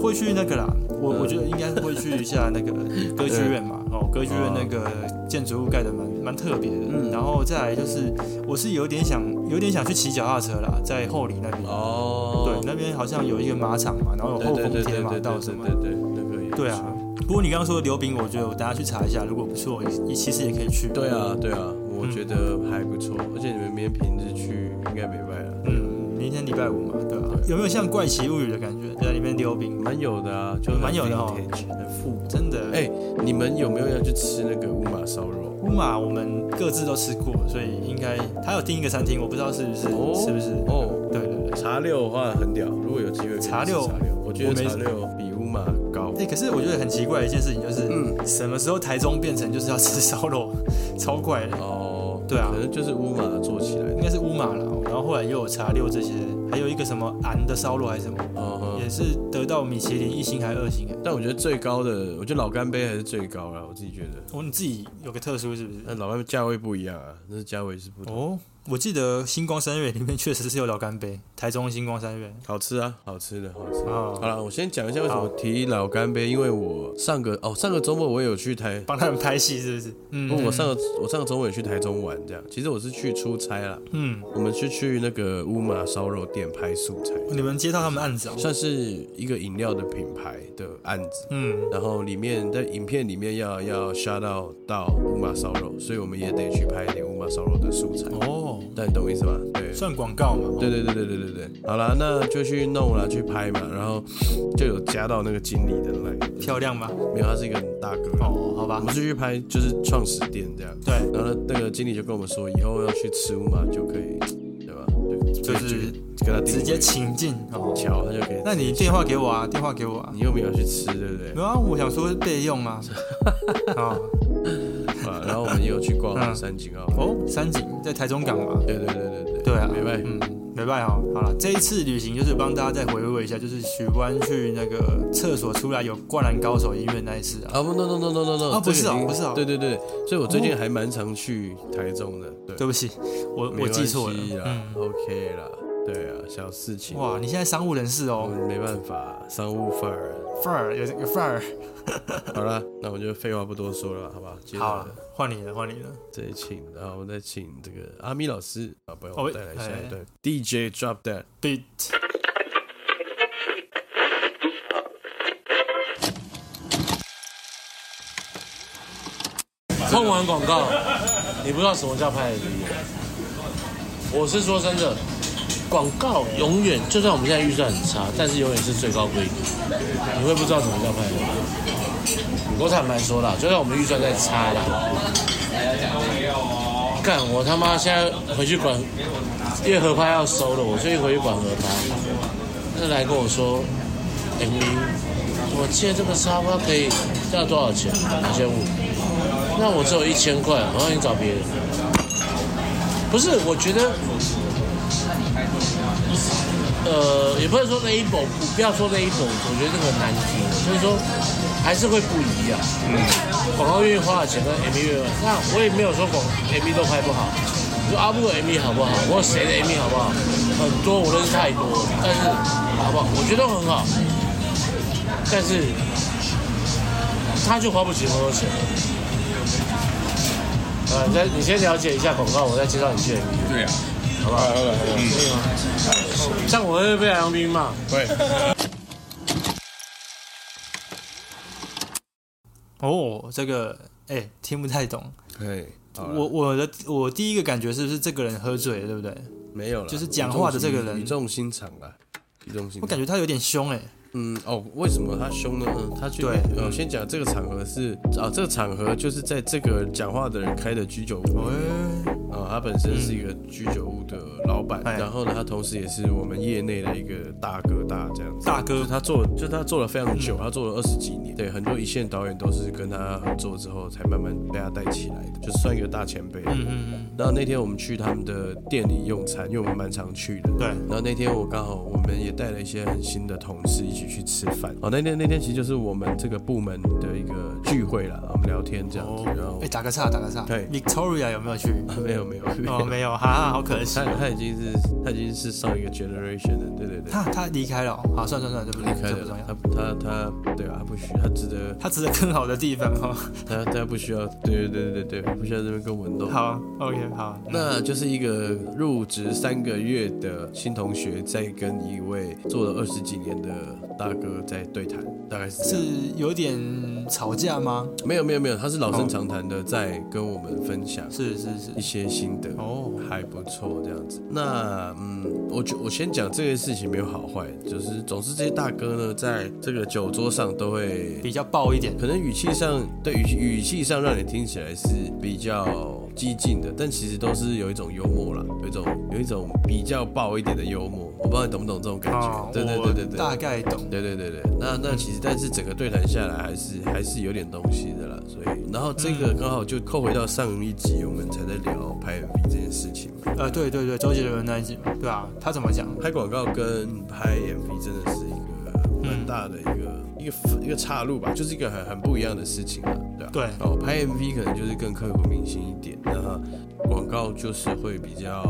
[SPEAKER 1] 会去那个啦，我我觉得应该会去一下那个歌剧院嘛，哦，歌剧院那个建筑物盖的蛮蛮特别的，
[SPEAKER 2] 嗯
[SPEAKER 1] 然后再来就是我是有点想有点想去骑脚踏车啦，在后里那边，对
[SPEAKER 2] 哦，，
[SPEAKER 1] 那边好像有一个马场嘛，然后有后
[SPEAKER 2] 对对
[SPEAKER 1] 丰
[SPEAKER 2] 对
[SPEAKER 1] 铁
[SPEAKER 2] 对
[SPEAKER 1] 马
[SPEAKER 2] 对
[SPEAKER 1] 道
[SPEAKER 2] 对
[SPEAKER 1] 什
[SPEAKER 2] 对
[SPEAKER 1] 么的，
[SPEAKER 2] 对对，那个也不
[SPEAKER 1] 对啊
[SPEAKER 2] 错，
[SPEAKER 1] 不过你刚刚说的刘饼，我觉得我等下去查一下，如果不错，也其实也可以去。
[SPEAKER 2] 对啊对啊，我觉得还不错，而且你们明天平日去应该没败了，
[SPEAKER 1] 嗯，明天礼拜五嘛，对吧、有没有像《怪奇物语》的感觉，在里面溜冰？
[SPEAKER 2] 蛮有的啊，就很
[SPEAKER 1] 蛮有的哦
[SPEAKER 2] vintage，很复古。
[SPEAKER 1] 真的，
[SPEAKER 2] 哎，你们有没有要去吃那个乌马烧肉？
[SPEAKER 1] 乌马我们各自都吃过，所以应该他有订一个餐厅，我不知道是不是、
[SPEAKER 2] 哦
[SPEAKER 1] 是不是？
[SPEAKER 2] 哦，
[SPEAKER 1] 对对对。
[SPEAKER 2] 茶六的话很屌，如果有机会可以吃
[SPEAKER 1] 茶六
[SPEAKER 2] 茶六，我觉
[SPEAKER 1] 我
[SPEAKER 2] 得
[SPEAKER 1] 没
[SPEAKER 2] 茶六比乌马高
[SPEAKER 1] 哎、。可是我觉得很奇怪的一件事情就是，
[SPEAKER 2] 嗯
[SPEAKER 1] 什么时候台中变成就是要吃烧肉， *laughs* 超怪的。
[SPEAKER 2] 哦，
[SPEAKER 1] 对啊
[SPEAKER 2] 可能就是乌马做起来的。
[SPEAKER 1] 应该是乌马啦，然后后来又有茶六这些，还有一个什么安的烧肉还是什么，
[SPEAKER 2] 哦
[SPEAKER 1] 也是得到米其林一星还二星哎。
[SPEAKER 2] 但我觉得最高的，我觉得老干杯还是最高了，我自己觉得。
[SPEAKER 1] 哦，你自己有个特殊是不是？
[SPEAKER 2] 那老干杯价位不一样啊，那是价位是不同。
[SPEAKER 1] 哦，我记得星光三月里面确实是有老干杯，台中星光三月。
[SPEAKER 2] 好吃啊，好吃的，好吃。好
[SPEAKER 1] 哦，
[SPEAKER 2] 了，我先讲一下为什么
[SPEAKER 1] 好
[SPEAKER 2] 提老干杯，因为我上个哦上个周末我有去台，
[SPEAKER 1] 帮他们拍戏是不是？
[SPEAKER 2] 不
[SPEAKER 1] 嗯，
[SPEAKER 2] 哦我上个我上个周末也去台中玩，这样。其实我是去出差啦，
[SPEAKER 1] 嗯，
[SPEAKER 2] 我们是去那个乌马烧肉店拍素材，
[SPEAKER 1] 你们接到他们案子哦。
[SPEAKER 2] 算是一个饮料的品牌的案子。
[SPEAKER 1] 嗯，
[SPEAKER 2] 然后里面在影片里面要要 shout out 到乌马烧肉，所以我们也得去拍一点乌马烧肉的素材。
[SPEAKER 1] 哦，
[SPEAKER 2] 但你懂我意思吗？对，
[SPEAKER 1] 算广告嘛？
[SPEAKER 2] 对对对对对对对，好啦，那就去弄啦，去拍嘛，然后就有加到那个经理的来，
[SPEAKER 1] 哦漂亮吗？
[SPEAKER 2] 没有，他是一个大哥，
[SPEAKER 1] 哦，好
[SPEAKER 2] 我
[SPEAKER 1] 吧
[SPEAKER 2] 们。是去拍就是创始店这样，
[SPEAKER 1] 对，
[SPEAKER 2] 然后那个经理就跟我们说，以后要去吃乌马就可以，对吧？就
[SPEAKER 1] 就是
[SPEAKER 2] 就跟他定位
[SPEAKER 1] 直接请进哦。
[SPEAKER 2] 瞧，他就可以。
[SPEAKER 1] 那你电话给我啊，电话给我啊。
[SPEAKER 2] 你又没有去吃，对不对 *laughs*
[SPEAKER 1] 没？有啊，我想说备用啊。哦，
[SPEAKER 2] 好啊，然后我们也有去逛
[SPEAKER 1] 嗯
[SPEAKER 2] 三井奥。
[SPEAKER 1] 哦，三井在台中港嘛。
[SPEAKER 2] 对对对对对，
[SPEAKER 1] 对啊，
[SPEAKER 2] 没办法
[SPEAKER 1] 嗯，没办法。好了，这一次旅行就是帮大家再回味一下，就是许光去那个厕所出来有《灌篮高手》音乐那一次啊。
[SPEAKER 2] 啊不 no no no no no no，
[SPEAKER 1] 啊不是啊
[SPEAKER 2] 这个已经
[SPEAKER 1] 不是啊哦
[SPEAKER 2] 对对对，所以我最近还蛮常去台中的，对，
[SPEAKER 1] 对不起，我
[SPEAKER 2] 没
[SPEAKER 1] 我记
[SPEAKER 2] 关
[SPEAKER 1] 错了。
[SPEAKER 2] 系啦、
[SPEAKER 1] 嗯，
[SPEAKER 2] o k 啦，对啊，小事情，
[SPEAKER 1] 哇，你现在商务人士
[SPEAKER 2] 我
[SPEAKER 1] 哦，
[SPEAKER 2] 们没办法，商务范儿。
[SPEAKER 1] 范儿有这个范儿。
[SPEAKER 2] 好啦，那我就废话不多说了，好不好？接
[SPEAKER 1] 好啦啊
[SPEAKER 2] 着，
[SPEAKER 1] 换你了，换你了。
[SPEAKER 2] 这一请，然后我再请这个阿咪老师啊，不要
[SPEAKER 1] 哦
[SPEAKER 2] 我带来下
[SPEAKER 1] 哎
[SPEAKER 2] 一段 DJ Drop That。
[SPEAKER 1] Beat，
[SPEAKER 3] 碰完广告，你不知道什么叫拍 MV。我是说真的，广告永远，就算我们现在预算很差，但是永远是最高规格。你会不知道什么叫拍 MV。我坦白说啦，就算我们预算再差啦，干我他妈现在回去管，因为合拍要收了，我所以回去管合拍。他来跟我说，MV，我借这个沙发可以要多少钱？两千五。那我只有一千块，好像你找别人。不是，我觉得，呃，也不能说那一种，不要说那一种，我觉得这个很难听，所以说还是会不一样。广告愿意花的钱跟 MV 愿意花的，那我也没有说广 MV 都拍不好。你说阿布的 MV 好不好，或者谁的 MV 好不好？很多我认识太多，但是好不好？我觉得都很好，但是他就花不起那么多钱。呃，那你先了解一下广告，我再介绍你去 MV，
[SPEAKER 4] 对啊，
[SPEAKER 3] 好嗯不好？好了，可以吗？像我会被梁斌骂，
[SPEAKER 4] 对，
[SPEAKER 1] 哦，这个哎、听不太懂。
[SPEAKER 2] 哎，好啦
[SPEAKER 1] 我我的我第一个感觉是不是这个人喝醉了，对不对？
[SPEAKER 2] 没有了，
[SPEAKER 1] 就是讲话的这个人
[SPEAKER 2] 语重心长啦，语重心长。
[SPEAKER 1] 我感觉他有点凶哎、
[SPEAKER 2] 嗯，哦，为什么他凶呢？嗯他去，
[SPEAKER 1] 对
[SPEAKER 2] 呃，我先讲这个场合是啊、这个场合就是在这个讲话的人开的居酒屋。
[SPEAKER 1] 喂，
[SPEAKER 2] 啊，他本身是一个居酒屋的老板，
[SPEAKER 1] 哎
[SPEAKER 2] 然后呢，他同时也是我们业内的一个大哥大这样子。
[SPEAKER 1] 大哥
[SPEAKER 2] 就是他做，就是他做了非常
[SPEAKER 1] 嗯
[SPEAKER 2] 久，他做了二十几年，对，很多一线导演都是跟他合作之后才慢慢被他带起来的，就算一个大前辈。
[SPEAKER 1] 嗯嗯
[SPEAKER 2] 然后那天我们去他们的店里用餐，因为我们蛮常去的。
[SPEAKER 1] 嗯，对，
[SPEAKER 2] 然后那天我刚好我们也带了一些很新的同事一起去吃饭。哦，那天那天其实就是我们这个部门的一个聚会啦，我们聊天这样子。然
[SPEAKER 1] 哦
[SPEAKER 2] 后，
[SPEAKER 1] 哎、打个岔，打个岔。
[SPEAKER 2] 对
[SPEAKER 1] ，Victoria 有没有去？
[SPEAKER 2] *laughs* 没有没有没有
[SPEAKER 1] 哦，没有，哈哈，好可惜
[SPEAKER 2] 他。他已经是他已经是上一个 generation 了，对对对，
[SPEAKER 1] 他他离开了哦，好，算算算，这不
[SPEAKER 2] 离开
[SPEAKER 1] 这不重
[SPEAKER 2] 了，
[SPEAKER 1] 要。
[SPEAKER 2] 他他他对啊，他不需他值得
[SPEAKER 1] 他指着更好的地方哦。
[SPEAKER 2] 他他不需要，对对对对对，不需要这边跟我们弄。
[SPEAKER 1] 好，OK，好，
[SPEAKER 2] 那就是一个入职三个月的新同学在跟一位做了二十几年的大哥在对谈，大概是这样。
[SPEAKER 1] 是有点吵架吗？
[SPEAKER 2] 没有没有没有，他是老生常谈的在跟我们分享
[SPEAKER 1] 是是是
[SPEAKER 2] 一，些心得。
[SPEAKER 1] 哦，
[SPEAKER 2] 还不错这样子。那嗯，我觉我先讲这件事情没有好坏，就是总之这些大哥呢，在这个酒桌上都会，
[SPEAKER 1] 比较暴一点。
[SPEAKER 2] 可能语气上对语气语气上让你听起来是比较激进的，但其实都是有一种幽默啦，有一种有一种比较爆一点的幽默。我不知道你懂不懂这种感觉？
[SPEAKER 1] 哦
[SPEAKER 2] 对对
[SPEAKER 1] 我
[SPEAKER 2] 对对对。
[SPEAKER 1] 大概懂。
[SPEAKER 2] 对对对对，那那其实但是整个对谈下来还是还是有点东西的啦，所以然后这个刚好就扣回到上一集我们才在聊拍 MV 这件事情嘛，
[SPEAKER 1] 呃，对对对，周杰伦那一集嘛，对啊，他怎么讲？
[SPEAKER 2] 拍广告跟拍 MV 真的是一个蛮大的一个、一个一个岔路吧，就是一个很很不一样的事情啊，对吧、
[SPEAKER 1] 对
[SPEAKER 2] 哦，拍 MV 可能就是更刻骨铭心一点，那广告就是会比较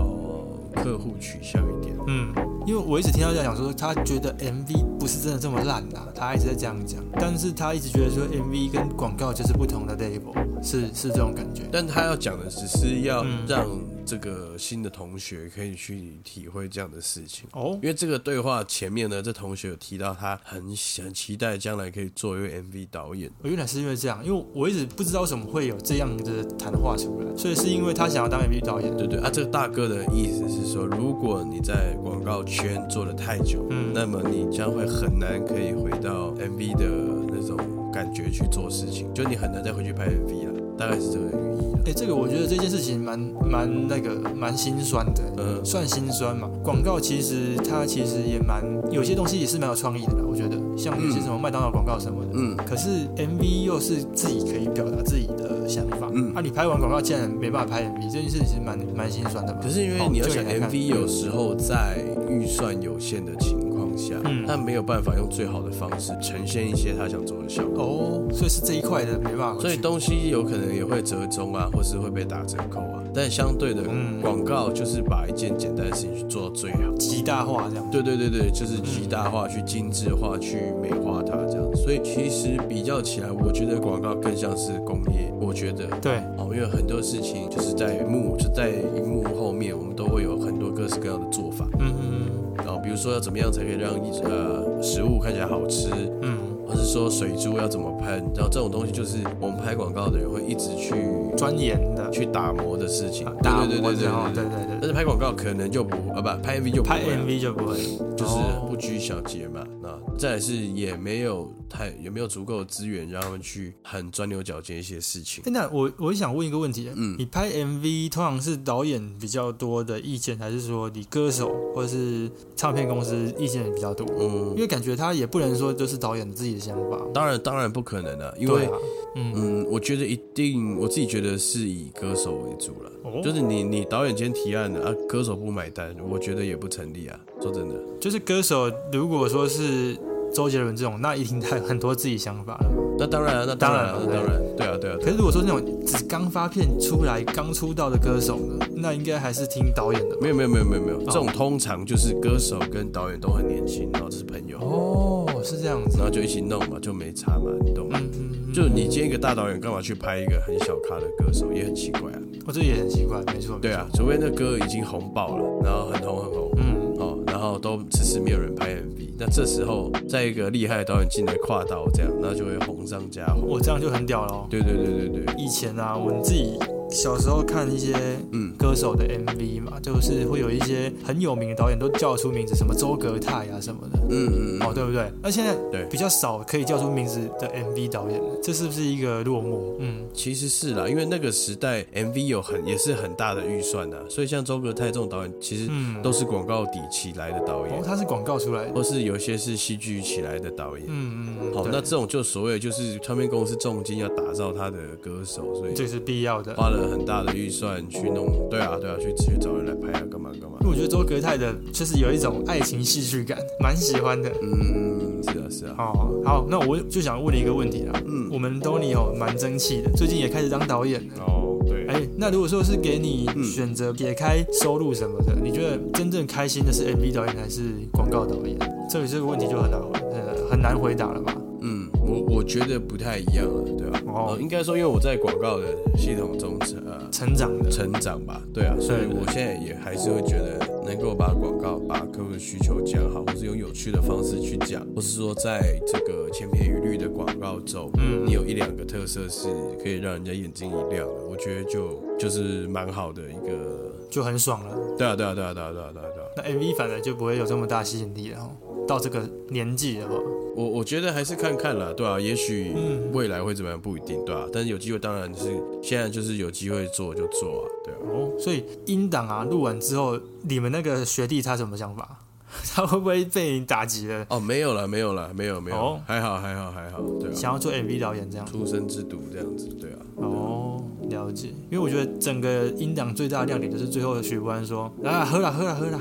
[SPEAKER 2] 呃客户取向一点。
[SPEAKER 1] 嗯，因为我一直听到在讲说，他觉得 MV 不是真的这么烂啊，他一直在这样讲，但是他一直觉得说 MV 跟广告就是不同的 level，是是这种感觉。
[SPEAKER 2] 但他要讲的只是要
[SPEAKER 1] 嗯
[SPEAKER 2] 让这个新的同学可以去体会这样的事情。
[SPEAKER 1] 哦
[SPEAKER 2] 因为这个对话前面呢，这同学有提到他很很期待将来可以做一位 MV 导演，
[SPEAKER 1] 哦我原来是因为这样，因为我一直不知道为什么会有这样的谈话出来，所以是因为他想要当 MV 导演。
[SPEAKER 2] 对对啊，这个大哥的意思是说，如果你在广告圈做的太久，
[SPEAKER 1] 嗯
[SPEAKER 2] 那么你将会很难可以回到 MV 的那种感觉去做事情，就你很难再回去拍 MV 了。大概是这个啊寓意
[SPEAKER 1] 哎、这个我觉得这件事情蛮蛮那个蛮心酸的，呃
[SPEAKER 2] 嗯
[SPEAKER 1] 算心酸嘛。广告其实它其实也蛮有些东西也是蛮有创意的啦，我觉得像有些什么麦当劳广告什么的，
[SPEAKER 2] 嗯
[SPEAKER 1] 可是 MV 又是自己可以表达自己的想法，
[SPEAKER 2] 嗯
[SPEAKER 1] 啊，你拍完广告竟然没办法拍 MV，这件事情其实蛮蛮心酸的吧。
[SPEAKER 2] 可是因为
[SPEAKER 1] 哦
[SPEAKER 2] 你要
[SPEAKER 1] 就
[SPEAKER 2] 想
[SPEAKER 1] 来看
[SPEAKER 2] MV 有时候在预算有限的情况下，
[SPEAKER 1] 嗯
[SPEAKER 2] 他没有办法用最好的方式呈现一些他想做的效果，
[SPEAKER 1] 哦，所以是这一块的没办法回去，
[SPEAKER 2] 所以东西有可能也会折中啊，或是会被打折扣啊。但相对的
[SPEAKER 1] 嗯，
[SPEAKER 2] 广告就是把一件简单的事情去做到最好。
[SPEAKER 1] 极大化这样。
[SPEAKER 2] 对对对对，就是极大化、去精致化、去美化它这样。所以其实比较起来，我觉得广告更像是工业。我觉得
[SPEAKER 1] 对，
[SPEAKER 2] 哦，因为很多事情就是在幕就在荧幕后面，我们都会有很多各式各样的做法。
[SPEAKER 1] 嗯嗯
[SPEAKER 2] 然后哦比如说要怎么样才可以让一呃食物看起来好吃，
[SPEAKER 1] 嗯，
[SPEAKER 2] 或是说水珠要怎么喷，然后这种东西就是我们拍广告的人会一直去
[SPEAKER 1] 嗯钻研的，
[SPEAKER 2] 去打磨的事情。
[SPEAKER 1] 啊打
[SPEAKER 2] 对
[SPEAKER 1] 磨
[SPEAKER 2] 对对
[SPEAKER 1] 之后，对
[SPEAKER 2] 对对对。
[SPEAKER 1] 对
[SPEAKER 2] 但
[SPEAKER 1] 对，
[SPEAKER 2] 是拍广告可能就不啊不拍 MV 就不
[SPEAKER 1] 拍
[SPEAKER 2] 会了
[SPEAKER 1] MV 就不会，
[SPEAKER 2] 就是
[SPEAKER 1] 哦
[SPEAKER 2] 不拘小节嘛。那再来是也没有太也没有足够的资源让他们去很钻牛角尖一些事情
[SPEAKER 1] 欸。那我我想问一个问题，你拍 MV 通常是导演比较多的意见，还是说你歌手或是唱片公司意见也比较多？因
[SPEAKER 2] 嗯，
[SPEAKER 1] 为感觉他也不能说都是导演自己的想法，
[SPEAKER 2] 当然当然不可能啊，因
[SPEAKER 1] 对
[SPEAKER 2] 为、
[SPEAKER 1] 啊，嗯，
[SPEAKER 2] 嗯，我觉得一定我自己觉得是以歌手为主了。
[SPEAKER 1] 哦
[SPEAKER 2] 就是你你导演今天提案的啊，歌手不买单，我觉得也不成立啊。说真的，
[SPEAKER 1] 就是歌手如果说是周杰伦这种，那一定他有很多自己想法了。
[SPEAKER 2] 那当然啊，那当然、啊，那
[SPEAKER 1] 当然
[SPEAKER 2] 当然，对啊对啊。对
[SPEAKER 1] 可
[SPEAKER 2] 啊
[SPEAKER 1] 是如果说那种只刚发片出来、刚出道的歌手呢，那应该还是听导演的吧。
[SPEAKER 2] 没有没有没有没有没有，这种通常就是歌手跟导演都很年轻，然后这是朋友，
[SPEAKER 1] 哦，是这样子
[SPEAKER 2] 然。后就一起弄嘛，就没差嘛，你懂吗？
[SPEAKER 1] 嗯嗯，嗯
[SPEAKER 2] 就你今天一个大导演，干嘛去拍一个很小咖的歌手，也很奇怪啊。
[SPEAKER 1] 哦我这也很奇怪，没错。
[SPEAKER 2] 对啊，除非那歌已经红爆了，然后很红很红，
[SPEAKER 1] 嗯，
[SPEAKER 2] 哦，然后都迟迟没有人拍 MV，那这时候再一个厉害的导演进来跨刀这样，那就会红上加红。
[SPEAKER 1] 我这样就很屌了哦。
[SPEAKER 2] 对对对对对，
[SPEAKER 1] 以前啊，我们自己小时候看一些
[SPEAKER 2] 嗯
[SPEAKER 1] 歌手的 MV 嘛，就是会有一些很有名的导演都叫得出名字，什么周格泰啊什么的，
[SPEAKER 2] 嗯嗯
[SPEAKER 1] 哦，
[SPEAKER 2] 嗯，
[SPEAKER 1] 对不对？那现在
[SPEAKER 2] 对
[SPEAKER 1] 比较少可以叫出名字的 MV 导演了，这是不是一个落寞？嗯，
[SPEAKER 2] 其实是啦，因为那个时代 MV 有很也是很大的预算呐、所以像周格泰这种导演，其实
[SPEAKER 1] 嗯
[SPEAKER 2] 都是广告底起来的导演
[SPEAKER 1] 哦，，他是广告出来的，
[SPEAKER 2] 或是有些是戏剧起来的导演。
[SPEAKER 1] 嗯嗯嗯，
[SPEAKER 2] 好，
[SPEAKER 1] 对
[SPEAKER 2] 那这种就所谓就是唱片公司重金要打造他的歌手，所以
[SPEAKER 1] 这是必要的。
[SPEAKER 2] 花了很大的预算去弄。对啊，对啊，去去找人来拍啊，干嘛干嘛
[SPEAKER 1] 因。为我觉得周格泰的就是有一种爱情戏剧感，蛮喜欢的。
[SPEAKER 2] 嗯，是啊是啊，
[SPEAKER 1] 哦，好，那我就想问你一个问题啦。
[SPEAKER 2] 嗯
[SPEAKER 1] 我们 Tony 哦，蛮争气的，最近也开始当导演了。
[SPEAKER 2] 哦对嗯
[SPEAKER 1] 哎，那如果说是给你选择撇开收入什么的，你觉得真正开心的是 MV 导演还是广告导演？这个这个问题就很难呃很难回答了吧？
[SPEAKER 2] 嗯，我我觉得不太一样了，对啊。
[SPEAKER 1] 哦
[SPEAKER 2] 哦，应该说，因为我在广告的系统中呃
[SPEAKER 1] 成长的，
[SPEAKER 2] 成长吧，对啊，所以
[SPEAKER 1] 对
[SPEAKER 2] 我现在也还是会觉得能够把广告、把客户的需求讲好，或是用有趣的方式去讲，或是说在这个千篇一律的广告中，
[SPEAKER 1] 嗯
[SPEAKER 2] 你有一两个特色是可以让人家眼睛一亮的，我觉得就就是蛮好的一个。
[SPEAKER 1] 就很爽了。
[SPEAKER 2] 对啊，对啊，对啊，对啊，对啊，对啊，对啊。
[SPEAKER 1] 那 MV 反而就不会有这么大吸引力了哦。到这个年纪哦的话，
[SPEAKER 2] 我我觉得还是看看啦，对啊，也许
[SPEAKER 1] 嗯
[SPEAKER 2] 未来会怎么样不一定，对啊，但是有机会当然是现在就是有机会做就做啊，对啊。
[SPEAKER 1] 哦，所以音档啊录完之后，你们那个学弟他什么想法？ *laughs* 他会不会被你打击了？
[SPEAKER 2] 哦，没有了，没有了，没有没有，
[SPEAKER 1] 哦
[SPEAKER 2] 还好还好还好，对啊。
[SPEAKER 1] 想要做 MV 导演这样？
[SPEAKER 2] 出生之毒这样子，
[SPEAKER 1] *laughs*
[SPEAKER 2] 对啊，
[SPEAKER 1] 哦，了解。因为我觉得整个音档最大的亮点就是最后的许官说：“啊，喝啦，喝啦，喝 *laughs* 啦。”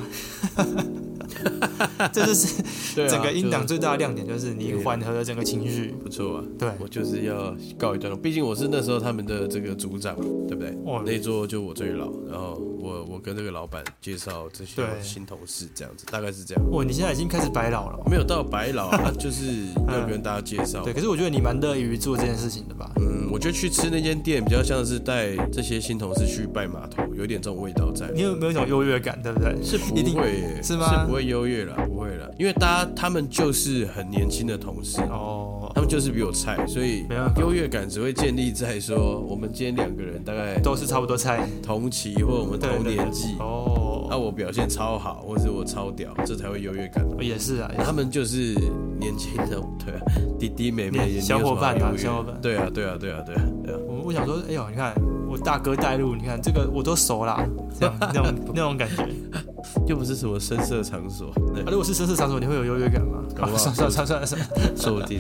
[SPEAKER 1] 这就是
[SPEAKER 2] 对啊，
[SPEAKER 1] 整个音档
[SPEAKER 2] 就是
[SPEAKER 1] 最大的亮点，就是你缓和了整个情绪。
[SPEAKER 2] 不错啊。
[SPEAKER 1] 对，
[SPEAKER 2] 我就是要告一段落，毕竟我是那时候他们的这个组长，对不对？
[SPEAKER 1] 哇
[SPEAKER 2] 那一桌就我最老，然后我我跟这个老板介绍这些
[SPEAKER 1] 对
[SPEAKER 2] 新同事，这样子大概是这样，
[SPEAKER 1] 哇，你现在已经开始白老了。
[SPEAKER 2] 没有到白老啊，就是要跟大家介绍
[SPEAKER 1] 嗯对，。可是我觉得你蛮乐于做这件事情的吧？
[SPEAKER 2] 嗯，我觉得去吃那间店比较像是带这些新同事去拜码头，有点这种味道在。
[SPEAKER 1] 你有没有一种优越感，对不对？
[SPEAKER 2] 是不
[SPEAKER 1] 一定
[SPEAKER 2] 会耶，
[SPEAKER 1] 是吗
[SPEAKER 2] 是不会优越了，不会了。了，因为大家他们就是很年轻的同事，
[SPEAKER 1] 哦，
[SPEAKER 2] 他们就是比我菜，所以
[SPEAKER 1] 没办法
[SPEAKER 2] 优越感只会建立在说我们今天两个人大概
[SPEAKER 1] 都是差不多菜，
[SPEAKER 2] 同期或我们
[SPEAKER 1] 对
[SPEAKER 2] 同
[SPEAKER 1] 对对
[SPEAKER 2] 年纪，那
[SPEAKER 1] 哦，
[SPEAKER 2] 我表现超好，或者我超屌，这才会优越感。
[SPEAKER 1] 也是啊，也
[SPEAKER 2] 他
[SPEAKER 1] 是
[SPEAKER 2] 们就是年轻的， *laughs* 对啊，弟弟妹妹
[SPEAKER 1] 年
[SPEAKER 2] 也没有
[SPEAKER 1] 小伙伴啊
[SPEAKER 2] 什么优越
[SPEAKER 1] 小伙伴
[SPEAKER 2] 对啊，对啊，对啊，对啊，对啊，
[SPEAKER 1] 我我想说，哎呦，你看我大哥带路，你看这个我都熟啦，这样那种那种感觉。啊，
[SPEAKER 2] 又不是什么深色场所，对
[SPEAKER 1] 如果是深色场所，你会有优越感吗？
[SPEAKER 2] 搞
[SPEAKER 1] 啊
[SPEAKER 2] 不
[SPEAKER 1] *laughs*
[SPEAKER 2] 好
[SPEAKER 1] 算算算算算，
[SPEAKER 2] *laughs* 说不定。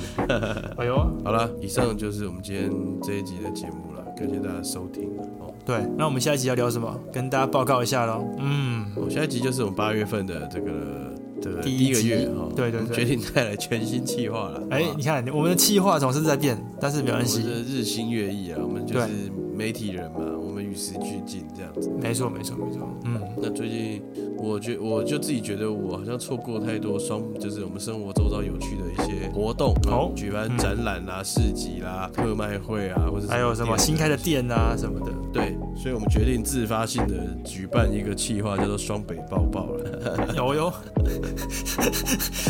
[SPEAKER 1] 哎呦，
[SPEAKER 2] 好了，以上就是我们今天这一集的节目了，感谢大家收听了哦。
[SPEAKER 1] 对，那我们下一集要聊什么？跟大家报告一下喽。嗯，
[SPEAKER 2] 我哦下一集就是我们八月份的这个这个
[SPEAKER 1] 第一
[SPEAKER 2] 第一个
[SPEAKER 1] 集
[SPEAKER 2] 月哈，
[SPEAKER 1] 对对对
[SPEAKER 2] 我们决定带来全新计划了。
[SPEAKER 1] 哎、
[SPEAKER 2] 好吧
[SPEAKER 1] 你看我们的计划总是在变，但是没关
[SPEAKER 2] 我
[SPEAKER 1] 系，
[SPEAKER 2] 们是日新月异啊，我们就是媒体人嘛，我们与时俱进这样子。
[SPEAKER 1] 没错没错没错，嗯，
[SPEAKER 2] 那最近，我觉我就自己觉得我好像错过太多双，就是我们生活周遭有趣的一些活动，
[SPEAKER 1] 哦
[SPEAKER 2] 举办
[SPEAKER 1] 嗯
[SPEAKER 2] 展览啦、市集啦、特卖会啊，或者
[SPEAKER 1] 还有什么
[SPEAKER 2] 店
[SPEAKER 1] 新开的店啊什么
[SPEAKER 2] *laughs*
[SPEAKER 1] 的，
[SPEAKER 2] 对，所以我们决定自发性的举办一个企划，叫做“双北抱抱”了，
[SPEAKER 1] 有有， *laughs*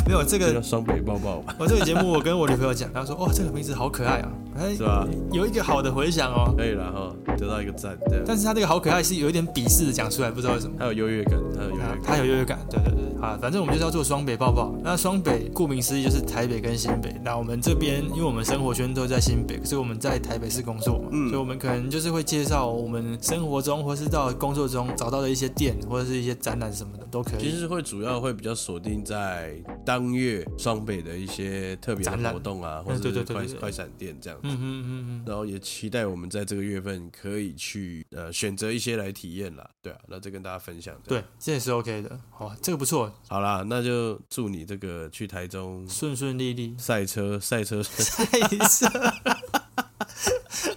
[SPEAKER 1] 没有这
[SPEAKER 2] 这
[SPEAKER 1] 个
[SPEAKER 2] 叫“双北抱抱”
[SPEAKER 1] *laughs*
[SPEAKER 2] 吧，
[SPEAKER 1] 我这个节目，我跟我女朋友讲，她说：“哦，这个名字好可爱啊，哎
[SPEAKER 2] 是，吧？
[SPEAKER 1] 有一个好的回响哦。
[SPEAKER 2] 可以了哈，得到一个赞，这样，
[SPEAKER 1] 但是她这个好可爱是有一点鄙视的讲出来，不知道为什么。
[SPEAKER 2] 还有优越感，还有优越感。
[SPEAKER 1] 她有优越感，对对对，啊，反正我们就是要做双北抱抱。那双北顾名思义就是台北跟新北。那我们这边，因为我们生活圈都在新北，可是我们在台北市工作嘛，
[SPEAKER 2] 嗯
[SPEAKER 1] 所以我们可能就是会介绍我们生活中或是到工作中找到的一些店或者是一些展览什么的都可
[SPEAKER 2] 其
[SPEAKER 1] 以。
[SPEAKER 2] 实会主要会比较锁定在当月双北的一些特别
[SPEAKER 1] 展
[SPEAKER 2] 的
[SPEAKER 1] 览
[SPEAKER 2] 活动啊，或
[SPEAKER 1] 嗯对
[SPEAKER 2] 者
[SPEAKER 1] 对
[SPEAKER 2] 是
[SPEAKER 1] 对
[SPEAKER 2] 快
[SPEAKER 1] 对对
[SPEAKER 2] 快闪店这样子。
[SPEAKER 1] 嗯嗯嗯嗯，
[SPEAKER 2] 然后也期待我们在这个月份可以去呃选择一些来体验啦，对啊，那再跟大家分享。，
[SPEAKER 1] 对，这也是 OK 的。哦，这个不错，
[SPEAKER 2] 好啦，那就祝你这个去台中
[SPEAKER 1] 顺顺利
[SPEAKER 2] *laughs*
[SPEAKER 1] 利。
[SPEAKER 2] 赛车赛车
[SPEAKER 1] 太色。 *laughs*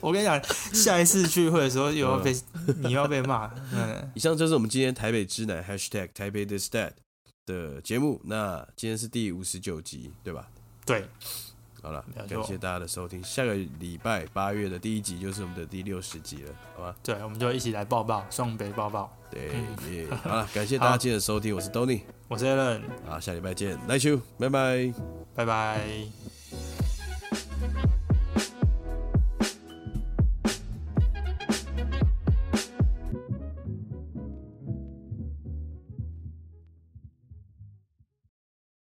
[SPEAKER 1] 我跟你讲，下一次聚会的时候又要被你又要被骂。嗯，
[SPEAKER 2] 以上就是我们今天台北之南 #hashtag 台北的 stat 的节目。那今天是第五十九集，对吧？
[SPEAKER 1] 对，
[SPEAKER 2] 好了
[SPEAKER 1] 没，有错
[SPEAKER 2] 感谢大家的收听。下个礼拜八月的第一集就是我们的第六十集了，好吗？
[SPEAKER 1] 对，我们就一起来抱抱，双北抱抱。
[SPEAKER 2] 对，耶好了，感谢大家今天的收听，我是 Tony，
[SPEAKER 1] 我是 Allen，
[SPEAKER 2] 啊，下礼拜见，来秋，拜拜。
[SPEAKER 1] 拜拜。